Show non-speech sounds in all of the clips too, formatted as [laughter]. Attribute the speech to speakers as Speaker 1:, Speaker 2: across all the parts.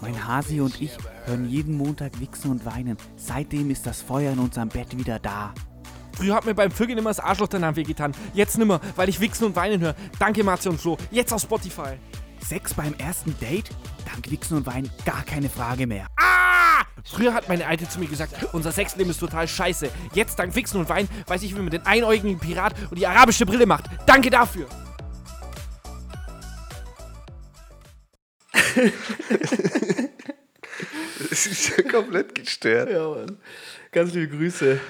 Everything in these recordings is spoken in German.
Speaker 1: Mein Hasi und ich hören jeden Montag Wichsen und Weinen. Seitdem ist das Feuer in unserem Bett wieder da.
Speaker 2: Früher hat mir beim Vögeln immer das Arschloch danach wehgetan. Jetzt nimmer, weil ich Wichsen und Weinen höre. Danke, Matze und Flo. Jetzt auf Spotify.
Speaker 1: Sex beim ersten Date? Dank Wichsen und Weinen gar keine Frage mehr.
Speaker 2: Früher hat meine Alte zu mir gesagt, unser Sexleben ist total scheiße. Jetzt, dank Wichsen und Wein, weiß ich, wie man den einäugigen Pirat und die arabische Brille macht. Danke dafür.
Speaker 3: Das ist ja komplett gestört.
Speaker 4: Ja, Mann. Ganz liebe Grüße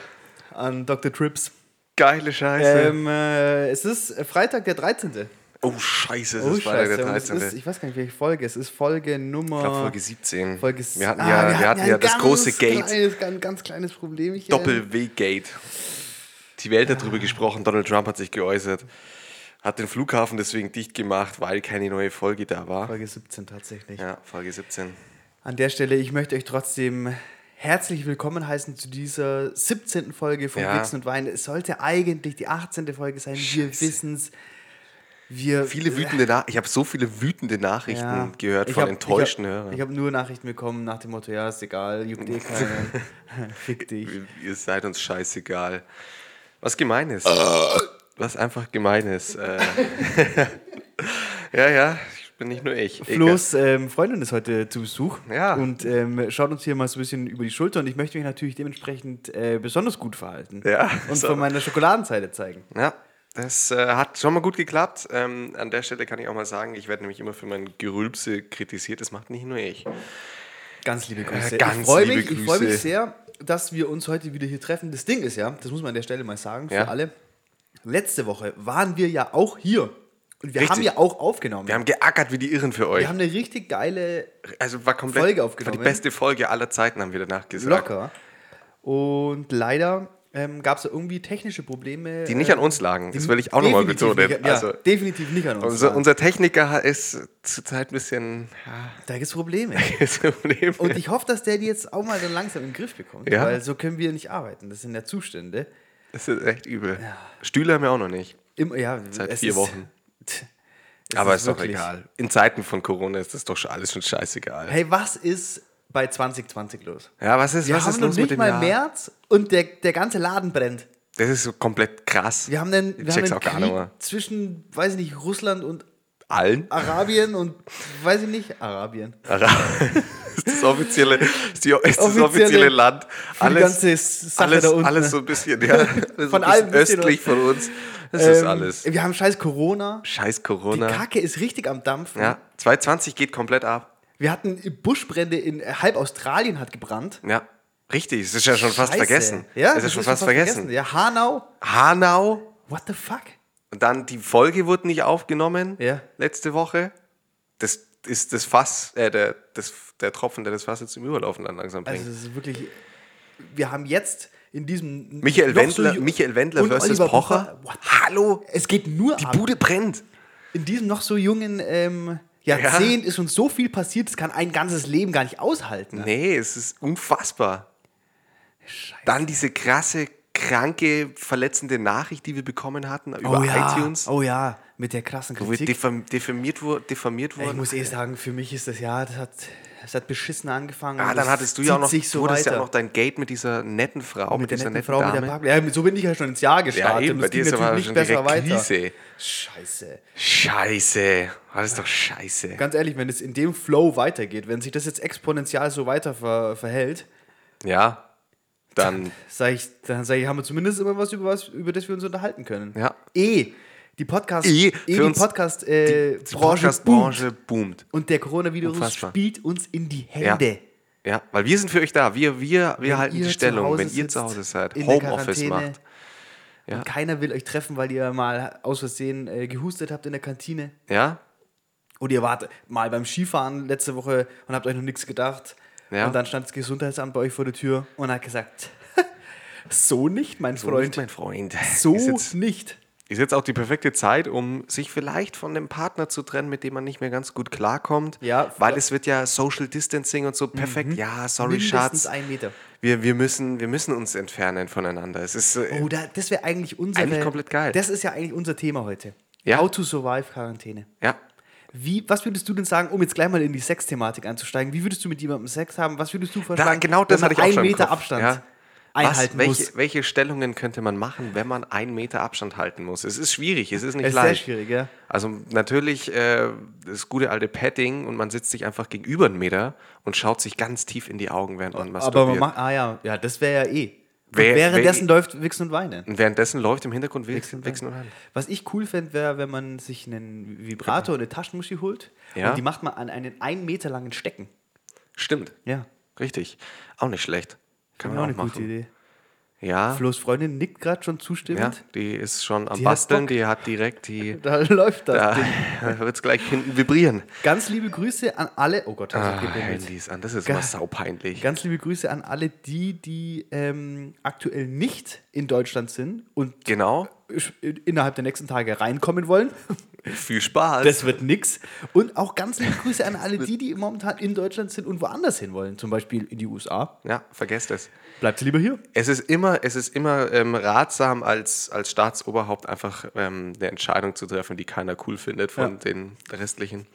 Speaker 4: an Dr. Trips.
Speaker 3: Geile Scheiße.
Speaker 4: Ähm, äh, es ist Freitag der 13.
Speaker 3: oh, Scheiße, das ist Freitag der
Speaker 4: und es
Speaker 3: 13.
Speaker 4: Ist, ich weiß gar nicht, welche Folge. Es ist Folge Nummer.
Speaker 3: ich glaube, Folge 17.
Speaker 4: Folge s-
Speaker 3: wir hatten
Speaker 4: Ah,
Speaker 3: ja, wir hatten ja
Speaker 4: ein
Speaker 3: das
Speaker 4: ganz
Speaker 3: große Gate,
Speaker 4: Kleines, ein ganz kleines Problem. äh,
Speaker 3: Doppel-W-Gate. Die Welt hat darüber gesprochen, Donald Trump hat sich geäußert, hat den Flughafen deswegen dicht gemacht, weil keine neue Folge da war.
Speaker 4: Folge 17 tatsächlich.
Speaker 3: Ja, Folge 17.
Speaker 4: An der Stelle, ich möchte euch trotzdem herzlich willkommen heißen zu dieser 17. Folge von
Speaker 3: Ja.
Speaker 4: Wichsen und Wein. Es sollte eigentlich die 18. Folge sein. Wir
Speaker 3: Scheiße.
Speaker 4: wissen es. Wir
Speaker 3: Viele wütende Nachrichten. Ich habe so viele wütende Nachrichten
Speaker 4: Ja.
Speaker 3: gehört
Speaker 4: Ich
Speaker 3: von
Speaker 4: hab-
Speaker 3: enttäuschten
Speaker 4: ich hab,
Speaker 3: Hörern.
Speaker 4: Ich habe nur Nachrichten bekommen nach dem Motto, ja, ist egal, juckt
Speaker 3: [laughs]
Speaker 4: eh keinen. Fick dich.
Speaker 3: Ihr seid uns scheißegal. Was gemein ist. Was einfach gemein ist. Äh. [laughs] ja, ja, ich bin nicht nur ich. Egal.
Speaker 4: Flo's ähm, Freundin ist heute zu Besuch
Speaker 3: Ja.
Speaker 4: und ähm, schaut uns hier mal so ein bisschen über die Schulter und ich möchte mich natürlich dementsprechend äh, besonders gut verhalten
Speaker 3: Ja.
Speaker 4: und
Speaker 3: So.
Speaker 4: von meiner Schokoladenseite zeigen.
Speaker 3: Ja, das äh, hat schon mal gut geklappt. Ähm, an der Stelle kann ich auch mal sagen, ich werde nämlich immer für mein Gerülpse kritisiert. Das macht nicht nur ich.
Speaker 4: Ganz liebe Grüße.
Speaker 3: Äh, ganz
Speaker 4: ich freue
Speaker 3: liebe
Speaker 4: mich, ich freu mich
Speaker 3: Grüße.
Speaker 4: sehr, dass wir uns heute wieder hier treffen. Das Ding ist ja, das muss man an der Stelle mal sagen für
Speaker 3: Ja.
Speaker 4: alle, letzte Woche waren wir ja auch hier und wir
Speaker 3: Richtig.
Speaker 4: haben ja auch aufgenommen.
Speaker 3: Wir haben geackert wie die Irren für euch.
Speaker 4: wir haben eine richtig geile
Speaker 3: also war komplett
Speaker 4: Folge aufgenommen.
Speaker 3: War die beste Folge aller Zeiten, haben wir danach gesagt.
Speaker 4: locker. Und leider ähm, gab es irgendwie technische Probleme.
Speaker 3: Die nicht
Speaker 4: äh,
Speaker 3: an uns lagen. Das
Speaker 4: die
Speaker 3: will ich auch nochmal
Speaker 4: definitiv
Speaker 3: betonen.
Speaker 4: Nicht, ja,
Speaker 3: also,
Speaker 4: definitiv nicht an uns.
Speaker 3: unser,
Speaker 4: lagen.
Speaker 3: unser Techniker ist zurzeit ein bisschen [laughs]
Speaker 4: da gibt es Probleme.
Speaker 3: das Problem.
Speaker 4: Und ich hoffe, dass der die jetzt auch mal dann langsam in den Griff bekommt,
Speaker 3: Ja.
Speaker 4: weil so können wir nicht arbeiten. Das sind ja Zustände.
Speaker 3: Das ist echt übel. Stühle haben wir auch noch nicht.
Speaker 4: Im, ja,
Speaker 3: Seit
Speaker 4: es
Speaker 3: vier
Speaker 4: ist-
Speaker 3: Wochen.
Speaker 4: Es
Speaker 3: Aber ist doch
Speaker 4: wirklich-
Speaker 3: egal. In Zeiten von Corona ist das doch schon alles schon scheißegal.
Speaker 4: Hey, was ist bei 2020 los?
Speaker 3: Ja, was ist,
Speaker 4: Wir
Speaker 3: was
Speaker 4: haben
Speaker 3: ist
Speaker 4: noch
Speaker 3: los mit
Speaker 4: nicht
Speaker 3: dem
Speaker 4: mal
Speaker 3: Jahr?
Speaker 4: März und der, der ganze Laden brennt.
Speaker 3: Das ist so komplett krass.
Speaker 4: Wir haben den,
Speaker 3: Ich
Speaker 4: wir
Speaker 3: check's
Speaker 4: haben
Speaker 3: auch gar
Speaker 4: einen
Speaker 3: nicht mehr.
Speaker 4: Krieg zwischen, weiß ich nicht, Russland und
Speaker 3: Allen?
Speaker 4: Ah. Arabien und weiß ich nicht, Arabien.
Speaker 3: Ara- [laughs] ist das offizielle, ist die, ist das
Speaker 4: Offizielle-
Speaker 3: offizielle Land. Alles,
Speaker 4: ganze Sache
Speaker 3: alles,
Speaker 4: da unten,
Speaker 3: alles
Speaker 4: ne?
Speaker 3: so ein bisschen, ja. Alles so ein
Speaker 4: [laughs] Von allem
Speaker 3: bisschen
Speaker 4: ein bisschen
Speaker 3: östlich
Speaker 4: was.
Speaker 3: von uns. Das ist
Speaker 4: Ähm,
Speaker 3: alles.
Speaker 4: Wir haben scheiß Corona.
Speaker 3: Scheiß
Speaker 4: Die
Speaker 3: Corona.
Speaker 4: Kacke ist richtig am Dampfen.
Speaker 3: Ja, 220 geht komplett ab.
Speaker 4: Wir hatten Buschbrände in äh, halb Australien hat gebrannt.
Speaker 3: Ja, richtig. Es ist ja schon fast
Speaker 4: Scheiße.
Speaker 3: vergessen.
Speaker 4: Ja,
Speaker 3: es ist
Speaker 4: das
Speaker 3: schon fast vergessen.
Speaker 4: Ja, Hanau.
Speaker 3: Hanau.
Speaker 4: What the fuck?
Speaker 3: Und dann die Folge wurde nicht aufgenommen
Speaker 4: Ja.
Speaker 3: letzte Woche. Das ist das Fass, äh, der, das, der Tropfen, der das Fass jetzt zum Überlaufen dann langsam bringt.
Speaker 4: Also es ist wirklich. Wir haben jetzt in diesem
Speaker 3: Michael
Speaker 4: noch
Speaker 3: Wendler,
Speaker 4: ju-
Speaker 3: Michael Wendler
Speaker 4: und
Speaker 3: versus
Speaker 4: Oliver
Speaker 3: Pocher.
Speaker 4: Pocher. What?
Speaker 3: Hallo,
Speaker 4: Es geht nur
Speaker 3: die
Speaker 4: ab.
Speaker 3: Bude brennt.
Speaker 4: In diesem noch so jungen ähm, Jahrzehnt ist uns so viel passiert, das kann ein ganzes Leben gar nicht aushalten.
Speaker 3: Nee, es ist unfassbar. Dann diese krasse, kranke, verletzende Nachricht, die wir bekommen hatten über
Speaker 4: ja.
Speaker 3: iTunes,
Speaker 4: Oh ja, mit der krassen
Speaker 3: wo wir
Speaker 4: Kritik.
Speaker 3: diffam diffamiert, wur diffamiert
Speaker 4: Ich
Speaker 3: wurden.
Speaker 4: muss eh sagen, für mich ist das ja, das hat, das hat beschissen angefangen.
Speaker 3: ah,
Speaker 4: und
Speaker 3: dann
Speaker 4: das
Speaker 3: hattest du ja auch
Speaker 4: zieht
Speaker 3: noch,
Speaker 4: sich so
Speaker 3: du hattest
Speaker 4: weiter.
Speaker 3: ja auch noch dein Date mit dieser netten Frau,
Speaker 4: mit,
Speaker 3: mit,
Speaker 4: der
Speaker 3: dieser
Speaker 4: netten
Speaker 3: netten
Speaker 4: Frau,
Speaker 3: Dame.
Speaker 4: mit der Parkplatz. Ja, mit- so bin ich ja schon ins Jahr gestartet.
Speaker 3: eben,
Speaker 4: und
Speaker 3: bei
Speaker 4: es
Speaker 3: dir
Speaker 4: ging
Speaker 3: ist aber
Speaker 4: natürlich
Speaker 3: schon
Speaker 4: nicht besser
Speaker 3: direkt
Speaker 4: weiter.
Speaker 3: Krise.
Speaker 4: Scheiße.
Speaker 3: Scheiße, war das doch scheiße.
Speaker 4: Ganz ehrlich, wenn es in dem Flow weitergeht, wenn sich das jetzt exponentiell so weiter ver verhält,
Speaker 3: Ja, dann
Speaker 4: sag ich, dann sage ich, haben wir zumindest immer was über was, über das wir uns unterhalten können.
Speaker 3: Ja.
Speaker 4: Eh, die Podcast,
Speaker 3: Eh, für
Speaker 4: die
Speaker 3: uns-
Speaker 4: Podcast,
Speaker 3: die
Speaker 4: äh, [laughs] Branche boomt.
Speaker 3: Podcast-Branche boomt.
Speaker 4: Und der Coronavirus
Speaker 3: Unfassbar.
Speaker 4: spielt uns in die
Speaker 3: Ja.
Speaker 4: Hände.
Speaker 3: ja, weil wir sind für euch da. Wir, wir, wir
Speaker 4: Wenn
Speaker 3: halten
Speaker 4: ihr
Speaker 3: die
Speaker 4: zu
Speaker 3: Stellung,
Speaker 4: Hause
Speaker 3: wenn ihr zu
Speaker 4: sitzt,
Speaker 3: Hause seid,
Speaker 4: in der
Speaker 3: Homeoffice
Speaker 4: Quarantäne.
Speaker 3: macht. Ja.
Speaker 4: Und keiner will euch treffen, weil ihr mal aus Versehen äh, gehustet habt in der Kantine.
Speaker 3: Ja,
Speaker 4: Oder ihr wart mal beim Skifahren letzte Woche und habt euch noch nichts gedacht.
Speaker 3: Ja.
Speaker 4: Und dann stand das Gesundheitsamt bei euch vor der Tür und hat gesagt, [laughs] so nicht, mein
Speaker 3: so
Speaker 4: Freund.
Speaker 3: nicht, mein Freund.
Speaker 4: so
Speaker 3: Ist jetzt,
Speaker 4: nicht.
Speaker 3: ist jetzt auch die perfekte Zeit, um sich vielleicht von dem Partner zu trennen, mit dem man nicht mehr ganz gut klarkommt.
Speaker 4: Ja,
Speaker 3: weil
Speaker 4: vor-
Speaker 3: es wird ja Social Distancing und so perfekt. Ja, sorry,
Speaker 4: Mindestens
Speaker 3: Schatz.
Speaker 4: ein Meter.
Speaker 3: Wir, wir, müssen, wir müssen uns entfernen voneinander. Es ist, äh,
Speaker 4: Oh, da, das wäre eigentlich unser...
Speaker 3: Eigentlich komplett geil.
Speaker 4: Das ist ja eigentlich unser Thema heute.
Speaker 3: Ja.
Speaker 4: How to survive Quarantäne.
Speaker 3: ja,
Speaker 4: Wie, was würdest du denn sagen, um jetzt gleich mal in die Sexthematik einzusteigen? Wie würdest du mit jemandem Sex haben? Was würdest du vorschlagen?
Speaker 3: genau das
Speaker 4: wenn man
Speaker 3: hatte ich auch
Speaker 4: einen
Speaker 3: schon im
Speaker 4: Meter
Speaker 3: Kopf,
Speaker 4: Abstand
Speaker 3: ja.
Speaker 4: einhalten
Speaker 3: Was, welche,
Speaker 4: muss.
Speaker 3: welche Stellungen könnte man machen, wenn man einen Meter Abstand halten muss? Es ist schwierig, es ist nicht
Speaker 4: Es ist sehr
Speaker 3: leicht.
Speaker 4: schwierig, ja.
Speaker 3: Also natürlich äh, das gute alte Padding und man sitzt sich einfach gegenüber einen Meter und schaut sich ganz tief in die Augen, während man masturbiert.
Speaker 4: Aber man macht, ah ja, ja, das wäre ja eh. Und
Speaker 3: Wer-
Speaker 4: währenddessen
Speaker 3: wer-
Speaker 4: läuft Wichsen und Weinen.
Speaker 3: und währenddessen läuft im Hintergrund Wichsen, Wichsen und Hand.
Speaker 4: Was ich cool fände, wäre, wenn man sich einen Vibrator und eine Taschenmuschi holt
Speaker 3: Ja.
Speaker 4: und die macht man an einen einen Meter langen Stecken.
Speaker 3: Stimmt,
Speaker 4: Ja,
Speaker 3: richtig. Auch nicht schlecht. Kann
Speaker 4: wäre
Speaker 3: man
Speaker 4: auch
Speaker 3: auch,
Speaker 4: eine
Speaker 3: machen.
Speaker 4: gute Idee.
Speaker 3: Ja,
Speaker 4: Flo's Freundin nickt gerade schon
Speaker 3: ja,
Speaker 4: zustimmend.
Speaker 3: die ist schon am
Speaker 4: Die hat
Speaker 3: Basteln,
Speaker 4: Bock.
Speaker 3: die hat direkt die...
Speaker 4: [laughs] Da läuft das
Speaker 3: Da [laughs]
Speaker 4: Ding.
Speaker 3: wird es gleich hinten vibrieren.
Speaker 4: Ganz liebe Grüße an alle. Oh Gott,
Speaker 3: Ah,
Speaker 4: hat gebummelt.
Speaker 3: Handys an, das ist
Speaker 4: Ga-
Speaker 3: mal saupeinlich.
Speaker 4: Ganz liebe Grüße an alle die, die ähm, aktuell nicht in Deutschland sind und
Speaker 3: Genau.
Speaker 4: sch- innerhalb der nächsten Tage reinkommen wollen.
Speaker 3: Viel Spaß.
Speaker 4: Das wird nix. Und auch ganz liebe Grüße an alle die, die momentan in Deutschland sind und woanders hin wollen. Zum Beispiel in die USA.
Speaker 3: ja, vergesst es.
Speaker 4: Bleibt lieber hier.
Speaker 3: Es ist immer, es ist immer ähm, ratsam, als, als Staatsoberhaupt einfach ähm, eine Entscheidung zu treffen, die keiner cool findet von
Speaker 4: Ja.
Speaker 3: den restlichen.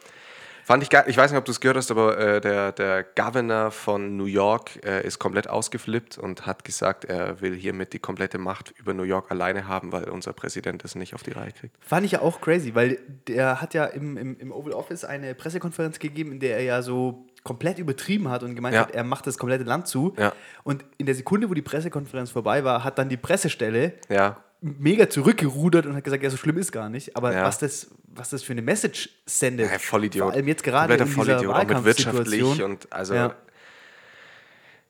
Speaker 3: Fand ich geil, ich weiß nicht, ob du es gehört hast, aber äh, der, der Governor von New York äh, ist komplett ausgeflippt und hat gesagt, er will hiermit die komplette Macht über New York alleine haben, weil unser Präsident das nicht auf die Reihe kriegt.
Speaker 4: Fand ich ja auch crazy, weil der hat ja im, im, im Oval Office eine Pressekonferenz gegeben, in der er ja so komplett übertrieben hat und gemeint
Speaker 3: Ja.
Speaker 4: hat, er macht das komplette Land zu.
Speaker 3: Ja.
Speaker 4: Und in der Sekunde, wo die Pressekonferenz vorbei war, hat dann die Pressestelle
Speaker 3: Ja.
Speaker 4: mega zurückgerudert und hat gesagt, ja, so schlimm ist gar nicht. Aber
Speaker 3: Ja.
Speaker 4: was, das, was das für eine Message sendet.
Speaker 3: Ja, Äh, Vollidiot.
Speaker 4: Vor allem jetzt gerade in
Speaker 3: Kompletter
Speaker 4: dieser
Speaker 3: Vollidiot, auch mit wirtschaftlich
Speaker 4: Wahlkampfsituation.
Speaker 3: und also.
Speaker 4: Ja.
Speaker 3: Ja.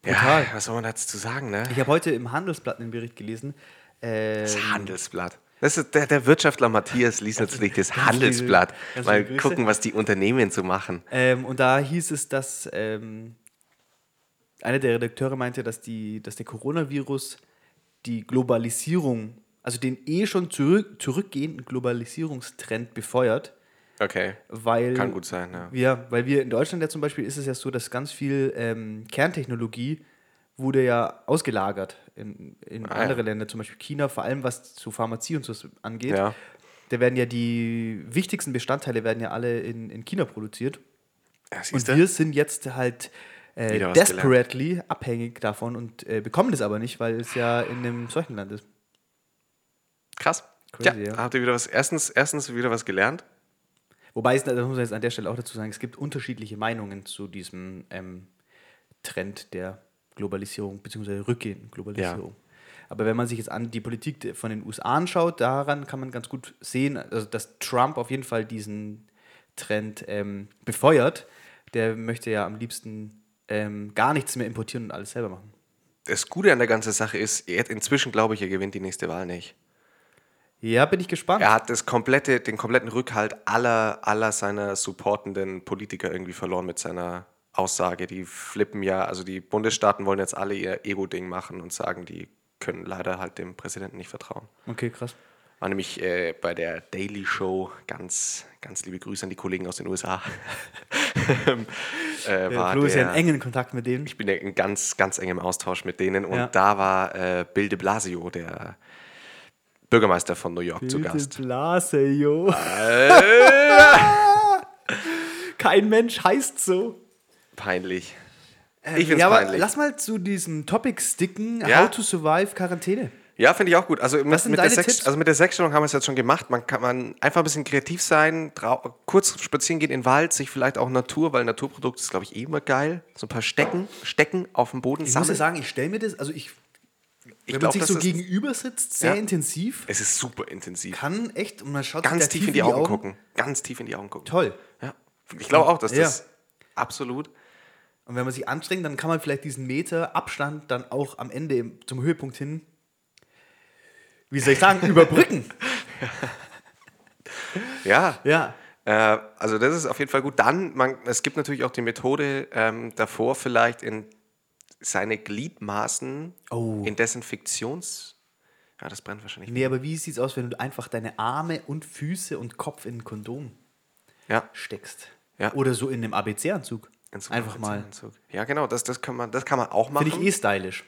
Speaker 4: Brutal.
Speaker 3: was soll man dazu sagen, ne?
Speaker 4: Ich habe heute im Handelsblatt einen Bericht gelesen. Äh,
Speaker 3: Das Handelsblatt. Das ist der, der Wirtschaftler Matthias liest natürlich das Handelsblatt.
Speaker 4: Also ganz
Speaker 3: Mal
Speaker 4: liebe Grüße.
Speaker 3: gucken, was die Unternehmen so machen.
Speaker 4: Ähm, und da hieß es, dass ähm, einer der Redakteure meinte, dass, die, dass der Coronavirus die Globalisierung, also den eh schon zurück, zurückgehenden Globalisierungstrend befeuert,
Speaker 3: Okay.
Speaker 4: weil
Speaker 3: Kann gut sein, ja.
Speaker 4: wir, weil wir in Deutschland ja zum Beispiel ist es ja so, dass ganz viel ähm, Kerntechnologie wurde ja ausgelagert in, in
Speaker 3: Ah, ja.
Speaker 4: andere Länder, zum Beispiel China, vor allem was zu Pharmazie und so angeht.
Speaker 3: Ja.
Speaker 4: Da werden ja die wichtigsten Bestandteile werden ja alle in, in China produziert.
Speaker 3: Ja,
Speaker 4: Und
Speaker 3: siehste?
Speaker 4: wir sind jetzt halt äh,
Speaker 3: Wieder was
Speaker 4: desperately abhängig davon und äh, bekommen das aber nicht, weil es ja in einem solchen Land ist.
Speaker 3: Krass.
Speaker 4: Crazy,
Speaker 3: ja,
Speaker 4: ja.
Speaker 3: habt ihr wieder was, erstens, erstens wieder was gelernt?
Speaker 4: Wobei, es, das muss man jetzt an der Stelle auch dazu sagen, es gibt unterschiedliche Meinungen zu diesem ähm, Trend der Globalisierung bzw. rückgehenden Globalisierung. Aber wenn man sich jetzt an die Politik de- von den USA anschaut, daran kann man ganz gut sehen, also dass Trump auf jeden Fall diesen Trend ähm, befeuert. Der möchte ja am liebsten ähm, gar nichts mehr importieren und alles selber machen.
Speaker 3: Das Gute an der ganzen Sache ist, er hat inzwischen glaube ich, er gewinnt die nächste Wahl nicht.
Speaker 4: Ja, bin ich gespannt.
Speaker 3: Er hat das komplette, den kompletten Rückhalt aller, aller seiner supportenden Politiker irgendwie verloren mit seiner Aussage. Die flippen ja, also die Bundesstaaten wollen jetzt alle ihr Ego-Ding machen und sagen, die können leider halt dem Präsidenten nicht vertrauen.
Speaker 4: Okay, krass.
Speaker 3: War nämlich äh, bei der Daily Show ganz, ganz liebe Grüße an die Kollegen aus den USA. [laughs] ähm, äh,
Speaker 4: Der
Speaker 3: war
Speaker 4: Flo ist ja
Speaker 3: der,
Speaker 4: in engen Kontakt mit denen.
Speaker 3: ich bin ja in ganz, ganz engem Austausch mit denen und
Speaker 4: Ja.
Speaker 3: da war äh, Bill de Blasio, der Bürgermeister von New York, zu Gast. Äh.
Speaker 4: Blase, jo. [laughs] Kein Mensch heißt so.
Speaker 3: Peinlich. Ich find's
Speaker 4: Äh, ja, aber
Speaker 3: peinlich.
Speaker 4: lass mal zu diesem Topic sticken:
Speaker 3: Ja.
Speaker 4: How to survive Quarantäne.
Speaker 3: Ja, finde ich auch gut. Also mit,
Speaker 4: sind
Speaker 3: mit, der
Speaker 4: deine
Speaker 3: Sex,
Speaker 4: Tipps?
Speaker 3: also mit der Sexstellung haben wir es jetzt schon gemacht. Man kann man einfach ein bisschen kreativ sein, trau- kurz spazieren gehen in den Wald, sich vielleicht auch Natur, weil Naturprodukt ist, glaube ich, eh immer geil. So ein paar Stecken, Stecken auf dem Boden
Speaker 4: Ich muss ja sagen, ich stelle mir das, also ich, wenn
Speaker 3: glaub,
Speaker 4: man sich
Speaker 3: das
Speaker 4: so
Speaker 3: ist-
Speaker 4: gegenüber sitzt, sehr
Speaker 3: Ja.
Speaker 4: intensiv,
Speaker 3: Es ist super intensiv.
Speaker 4: kann echt, und man schaut sich
Speaker 3: Ganz
Speaker 4: da
Speaker 3: tief in die Augen gucken. Ganz tief in die Augen gucken.
Speaker 4: Toll.
Speaker 3: Ja. Ich glaube auch, dass
Speaker 4: Ja.
Speaker 3: das absolut.
Speaker 4: Und wenn man sich anstrengt, dann kann man vielleicht diesen Meter Abstand dann auch am Ende im- zum Höhepunkt hin, wie soll ich sagen, [laughs] überbrücken.
Speaker 3: Ja.
Speaker 4: Ja.
Speaker 3: Äh, also das ist auf jeden Fall gut. Dann, man, es gibt natürlich auch die Methode, ähm, davor vielleicht in seine Gliedmaßen
Speaker 4: Oh.
Speaker 3: in Desinfektions... Ja, das brennt wahrscheinlich.
Speaker 4: Nee, aber wie sieht's aus, wenn du einfach deine Arme und Füße und Kopf in ein Kondom
Speaker 3: Ja.
Speaker 4: steckst?
Speaker 3: Ja.
Speaker 4: Oder so in einem ABC-Anzug.
Speaker 3: In so einem
Speaker 4: Einfach mal.
Speaker 3: Anzug. Ja, genau, das, das, kann man, das kann man auch machen.
Speaker 4: Finde ich eh stylisch.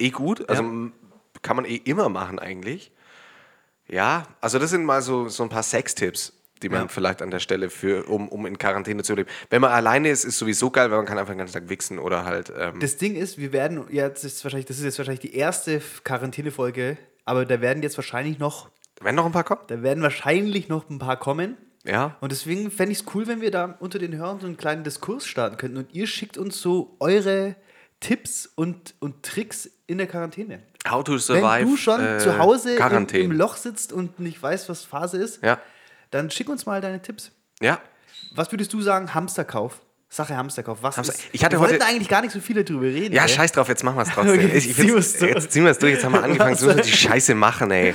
Speaker 3: eh gut. Also m- kann man eh immer machen eigentlich. Ja, also das sind mal so, so ein paar Sextipps. die man vielleicht an der Stelle für, um, um in Quarantäne zu leben. Wenn man alleine ist, ist sowieso geil, weil man kann einfach den ganzen Tag wichsen oder halt. Ähm,
Speaker 4: Das Ding ist, wir werden ja, das ist wahrscheinlich, das ist jetzt wahrscheinlich die erste F- Quarantänefolge, aber da werden jetzt wahrscheinlich noch,
Speaker 3: wenn noch ein paar kommen.
Speaker 4: da werden wahrscheinlich noch ein paar kommen.
Speaker 3: Ja.
Speaker 4: Und deswegen fände ich es cool, wenn wir da unter den Hörern so einen kleinen Diskurs starten könnten und ihr schickt uns so eure Tipps und, und Tricks in der Quarantäne.
Speaker 3: How to
Speaker 4: Wenn
Speaker 3: survive.
Speaker 4: du schon
Speaker 3: äh,
Speaker 4: zu Hause im,
Speaker 3: Quarantäne.
Speaker 4: im Loch sitzt und nicht weißt, was Phase ist,
Speaker 3: Ja.
Speaker 4: dann schick uns mal deine Tipps.
Speaker 3: Ja.
Speaker 4: Was würdest du sagen, Hamsterkauf? Sache Hamsterkauf. Was
Speaker 3: Hamster-
Speaker 4: ist,
Speaker 3: Ich hatte
Speaker 4: wir
Speaker 3: heute-
Speaker 4: wollten eigentlich gar nicht so viele drüber reden.
Speaker 3: Ja,
Speaker 4: gell?
Speaker 3: scheiß drauf, jetzt machen wir es trotzdem.
Speaker 4: Okay,
Speaker 3: ich, ich
Speaker 4: ziehen wir's
Speaker 3: jetzt,
Speaker 4: durch.
Speaker 3: jetzt ziehen wir es durch, jetzt haben wir angefangen,
Speaker 4: [laughs]
Speaker 3: so müssen wir die Scheiße machen, ey.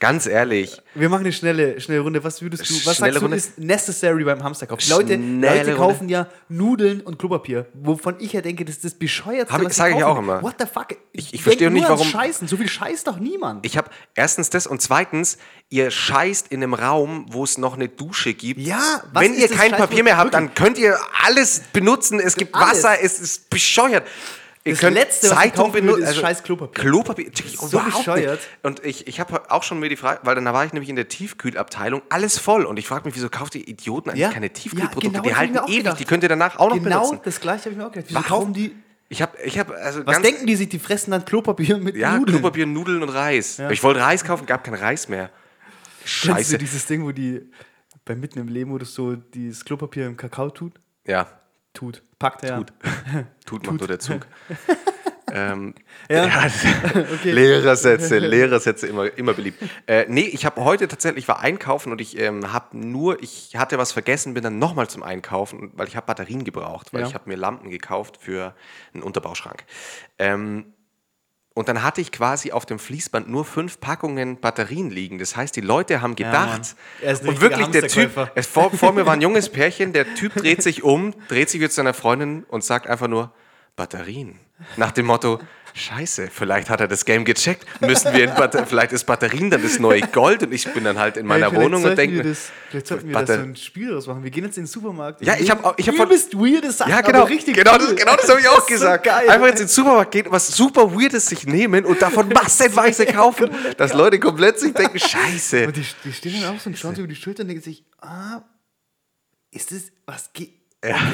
Speaker 3: Ganz ehrlich.
Speaker 4: Wir machen eine schnelle, schnelle Runde. Was würdest du, was
Speaker 3: Schnelle
Speaker 4: sagst du,
Speaker 3: Runde?
Speaker 4: ist necessary beim Hamsterkauf? Leute,
Speaker 3: Schnelle
Speaker 4: Leute kaufen ja Nudeln und Klopapier, wovon ich ja denke, das ist das bescheuertste,
Speaker 3: Hab ich-
Speaker 4: was sie
Speaker 3: sag ich
Speaker 4: kaufen.
Speaker 3: auch immer.
Speaker 4: What the fuck?
Speaker 3: Ich- ich
Speaker 4: Denk
Speaker 3: verstehe nicht,
Speaker 4: nur ans
Speaker 3: warum-
Speaker 4: Scheißen. So viel scheißt doch niemand.
Speaker 3: Ich habe erstens das und zweitens, ihr scheißt in einem Raum, wo es noch eine Dusche gibt.
Speaker 4: Ja, was
Speaker 3: Wenn
Speaker 4: ist
Speaker 3: ihr
Speaker 4: das
Speaker 3: kein
Speaker 4: Scheißwort?
Speaker 3: Papier mehr habt, dann
Speaker 4: Wirklich.
Speaker 3: könnt ihr alles benutzen. Es gibt
Speaker 4: Alles.
Speaker 3: Wasser, es ist bescheuert. Ihr
Speaker 4: Das
Speaker 3: könnt
Speaker 4: Letzte, was ich
Speaker 3: Zeitung
Speaker 4: kaufen würde,
Speaker 3: benutzen. also
Speaker 4: ist scheiß Klopapier.
Speaker 3: Klopapier. check ich
Speaker 4: So
Speaker 3: überhaupt nicht.
Speaker 4: bescheuert.
Speaker 3: Und ich, ich habe auch schon mir die Frage, weil dann war ich nämlich in der Tiefkühlabteilung, alles voll. Und ich frage mich, wieso kauft ihr Idioten eigentlich
Speaker 4: Ja.
Speaker 3: keine
Speaker 4: Ja,
Speaker 3: Tiefkühlprodukte?
Speaker 4: genau
Speaker 3: die
Speaker 4: das hab ich
Speaker 3: halten
Speaker 4: mir auch
Speaker 3: ewig,
Speaker 4: gedacht.
Speaker 3: die könnt ihr danach auch noch
Speaker 4: genau
Speaker 3: benutzen.
Speaker 4: das gleiche habe ich mir auch gedacht. Wieso
Speaker 3: Warum?
Speaker 4: kaufen die?
Speaker 3: Ich habe, ich habe, also
Speaker 4: Was
Speaker 3: ganz,
Speaker 4: denken die sich? Die fressen dann Klopapier mit
Speaker 3: ja,
Speaker 4: Nudeln.
Speaker 3: Klopapier, Nudeln und Reis. Ich wollte Reis kaufen, gab kein Reis mehr.
Speaker 4: Kennst du
Speaker 3: Scheiße.
Speaker 4: dieses Ding, wo die bei mitten im Leben, wo das so dieses Klopapier im Kakao tut?
Speaker 3: Ja,
Speaker 4: Tut. Packt er. Tut.
Speaker 3: tut, macht nur der Zug.
Speaker 4: [laughs]
Speaker 3: ähm, [laughs]
Speaker 4: Ja. [laughs]
Speaker 3: Lehrersätze, Lehrersätze immer, immer beliebt. Äh, nee, ich habe heute tatsächlich, ich war einkaufen und ich ähm, habe nur, ich hatte was vergessen, bin dann nochmal zum Einkaufen, weil ich habe Batterien gebraucht, weil
Speaker 4: Ja.
Speaker 3: ich habe mir Lampen gekauft für einen Unterbauschrank. Ähm, und dann hatte ich quasi auf dem Fließband nur fünf Packungen Batterien liegen. Das heißt, die Leute haben gedacht,
Speaker 4: Mann. Er ist ein
Speaker 3: und
Speaker 4: richtiger
Speaker 3: wirklich der Typ,
Speaker 4: Hamsterkäufer.
Speaker 3: es, vor, vor mir war ein junges Pärchen, der Typ dreht sich um, dreht sich jetzt seiner Freundin und sagt einfach nur, Batterien. Nach dem Motto, scheiße, vielleicht hat er das Game gecheckt, müssen wir in Batter vielleicht ist Batterien dann das neue Gold und ich bin dann halt in meiner
Speaker 4: Ey, vielleicht
Speaker 3: Wohnung und
Speaker 4: sollten wir
Speaker 3: denke,
Speaker 4: das- Vielleicht sollten wir
Speaker 3: Warte.
Speaker 4: da so ein Spiel draus machen. Wir gehen jetzt in den Supermarkt. und
Speaker 3: Ja, ich
Speaker 4: legen
Speaker 3: hab auch- ich hab von-
Speaker 4: übelst weirde Sachen.
Speaker 3: ja genau,
Speaker 4: aber richtig
Speaker 3: genau,
Speaker 4: cool.
Speaker 3: das, genau das
Speaker 4: [laughs]
Speaker 3: habe ich auch
Speaker 4: ist so
Speaker 3: gesagt.
Speaker 4: geil.
Speaker 3: Einfach jetzt in den Supermarkt gehen, was super Weirdes sich nehmen und
Speaker 4: [laughs]
Speaker 3: davon massenweise kaufen, dass Leute komplett sich denken, scheiße.
Speaker 4: genau. Und die, die stehen dann auch so und schauen sich über die Schulter und denken sich, ah, ist das, was geht?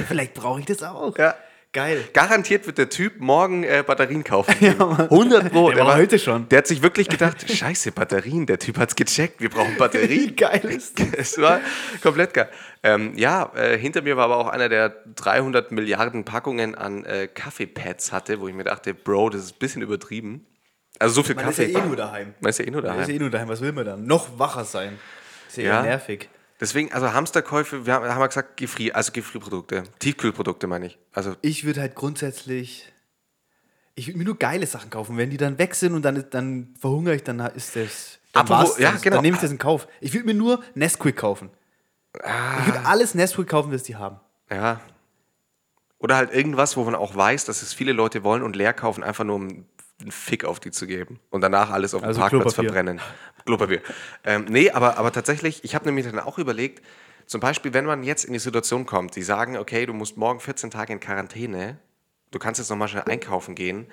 Speaker 4: Vielleicht brauche ich das auch.
Speaker 3: Ja. [laughs]
Speaker 4: Geil.
Speaker 3: Garantiert wird der Typ morgen äh, Batterien kaufen. gehen. 100 Pro.
Speaker 4: Der war heute schon.
Speaker 3: Der hat sich wirklich gedacht, [laughs] scheiße, Batterien. Der Typ hat's gecheckt, wir brauchen Batterien.
Speaker 4: Wie [laughs] geil ist das?
Speaker 3: Es war komplett geil. Ähm, ja, äh, hinter mir war aber auch einer, der 300 Milliarden Packungen an äh, Kaffeepads hatte, wo ich mir dachte, Bro, das ist ein bisschen übertrieben. Also so viel
Speaker 4: Man ist ja
Speaker 3: Kaffee.
Speaker 4: eh nur daheim.
Speaker 3: Man ist ja eh nur
Speaker 4: Man ist ja
Speaker 3: daheim.
Speaker 4: eh nur daheim. Was will man dann? Noch wacher sein. Ist ja,
Speaker 3: Ja.
Speaker 4: eher nervig.
Speaker 3: Deswegen, also Hamsterkäufe, wir haben, haben wir gesagt, Gefrier, also Gefrierprodukte, Tiefkühlprodukte meine ich. Also
Speaker 4: Ich würde halt grundsätzlich. Ich würde mir nur geile Sachen kaufen. Wenn die dann weg sind und dann, dann verhungere ich, dann ist das. Dann,
Speaker 3: Apropos-
Speaker 4: war's
Speaker 3: ja,
Speaker 4: das.
Speaker 3: genau.
Speaker 4: dann nehme ich das in Kauf. Ich würde mir nur Nesquik kaufen.
Speaker 3: Ah.
Speaker 4: Ich würde alles Nesquik kaufen, das die haben.
Speaker 3: Ja. Oder halt irgendwas, wo man auch weiß, dass es viele Leute wollen und leer kaufen, einfach nur um einen Fick auf die zu geben und danach alles auf dem
Speaker 4: Also
Speaker 3: Parkplatz
Speaker 4: Klopapier.
Speaker 3: verbrennen. Klopapier. Ähm, nee, aber, aber tatsächlich, ich habe nämlich dann auch überlegt, zum Beispiel, wenn man jetzt in die Situation kommt, die sagen, okay, du musst morgen 14 Tage in Quarantäne, du kannst jetzt nochmal schnell einkaufen gehen,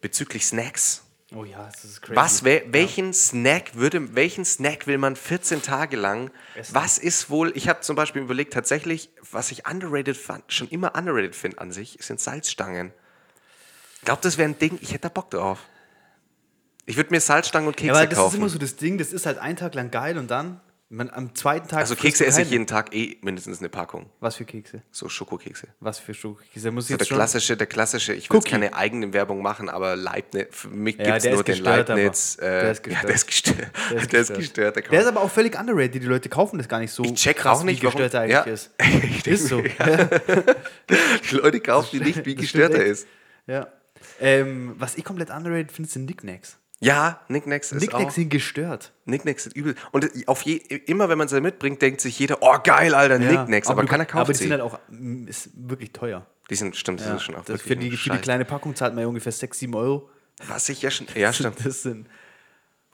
Speaker 3: bezüglich Snacks.
Speaker 4: Oh ja, das ist crazy.
Speaker 3: Was, wär, welchen Snack würde, welchen Snack will man 14 Tage lang? Was ist wohl, ich habe zum Beispiel überlegt, tatsächlich, was ich underrated fand, schon immer underrated finde an sich, sind Salzstangen. Ich glaube, das wäre ein Ding, ich hätte da Bock drauf. Ich würde mir Salzstangen und
Speaker 4: Ja,
Speaker 3: Kekse
Speaker 4: aber das ist
Speaker 3: kaufen.
Speaker 4: immer so das Ding, das ist halt einen Tag lang geil und dann. Man, am zweiten Tag.
Speaker 3: also
Speaker 4: frisst
Speaker 3: Kekse
Speaker 4: man
Speaker 3: esse ich
Speaker 4: keinen.
Speaker 3: jeden Tag eh mindestens eine Packung.
Speaker 4: Was für Kekse?
Speaker 3: So Schokokekse.
Speaker 4: Was für Schokokekse? Da muss ich
Speaker 3: So der
Speaker 4: jetzt schon.
Speaker 3: klassische, der klassische, ich will jetzt
Speaker 4: Cookie.
Speaker 3: keine eigene Werbung machen, aber Leibniz, für mich
Speaker 4: Ja,
Speaker 3: gibt es
Speaker 4: der ist
Speaker 3: nur den
Speaker 4: gestört, aber.
Speaker 3: Leibniz. Äh,
Speaker 4: Der
Speaker 3: [laughs]
Speaker 4: ist
Speaker 3: Ja, der ist gestört. Der ist gestört. Der, kann
Speaker 4: Der
Speaker 3: man-
Speaker 4: ist aber auch völlig underrated. Die Leute kaufen das gar nicht so. Ich
Speaker 3: check auch nicht,
Speaker 4: wie gestört
Speaker 3: warum-
Speaker 4: er eigentlich
Speaker 3: Ja. [laughs]
Speaker 4: ist.
Speaker 3: Ich denk
Speaker 4: ist so.
Speaker 3: mir, Die Leute kaufen die nicht, wie
Speaker 4: Das
Speaker 3: gestört
Speaker 4: stimmt
Speaker 3: er
Speaker 4: echt.
Speaker 3: ist.
Speaker 4: Ja. Ähm, was ich komplett underrated finde, sind Nicknacks.
Speaker 3: Ja, Nicknacks ist
Speaker 4: Nicknacks
Speaker 3: auch.
Speaker 4: sind gestört.
Speaker 3: Nicknacks sind übel. Und auf je, immer wenn man sie mitbringt, denkt sich jeder, oh geil, Alter, Nicknacks. Aber,
Speaker 4: du-
Speaker 3: keiner kauft
Speaker 4: Aber die
Speaker 3: sie.
Speaker 4: sind halt auch mm, ist wirklich teuer.
Speaker 3: die sind, stimmt, die sind schon auch
Speaker 4: das für,
Speaker 3: wirklich
Speaker 4: die,
Speaker 3: ein
Speaker 4: für die
Speaker 3: Scheiß.
Speaker 4: kleine Packung zahlt man ja ungefähr 6, 7 Euro.
Speaker 3: Was ich ja schon, ja
Speaker 4: [laughs]
Speaker 3: stimmt.
Speaker 4: Das sind,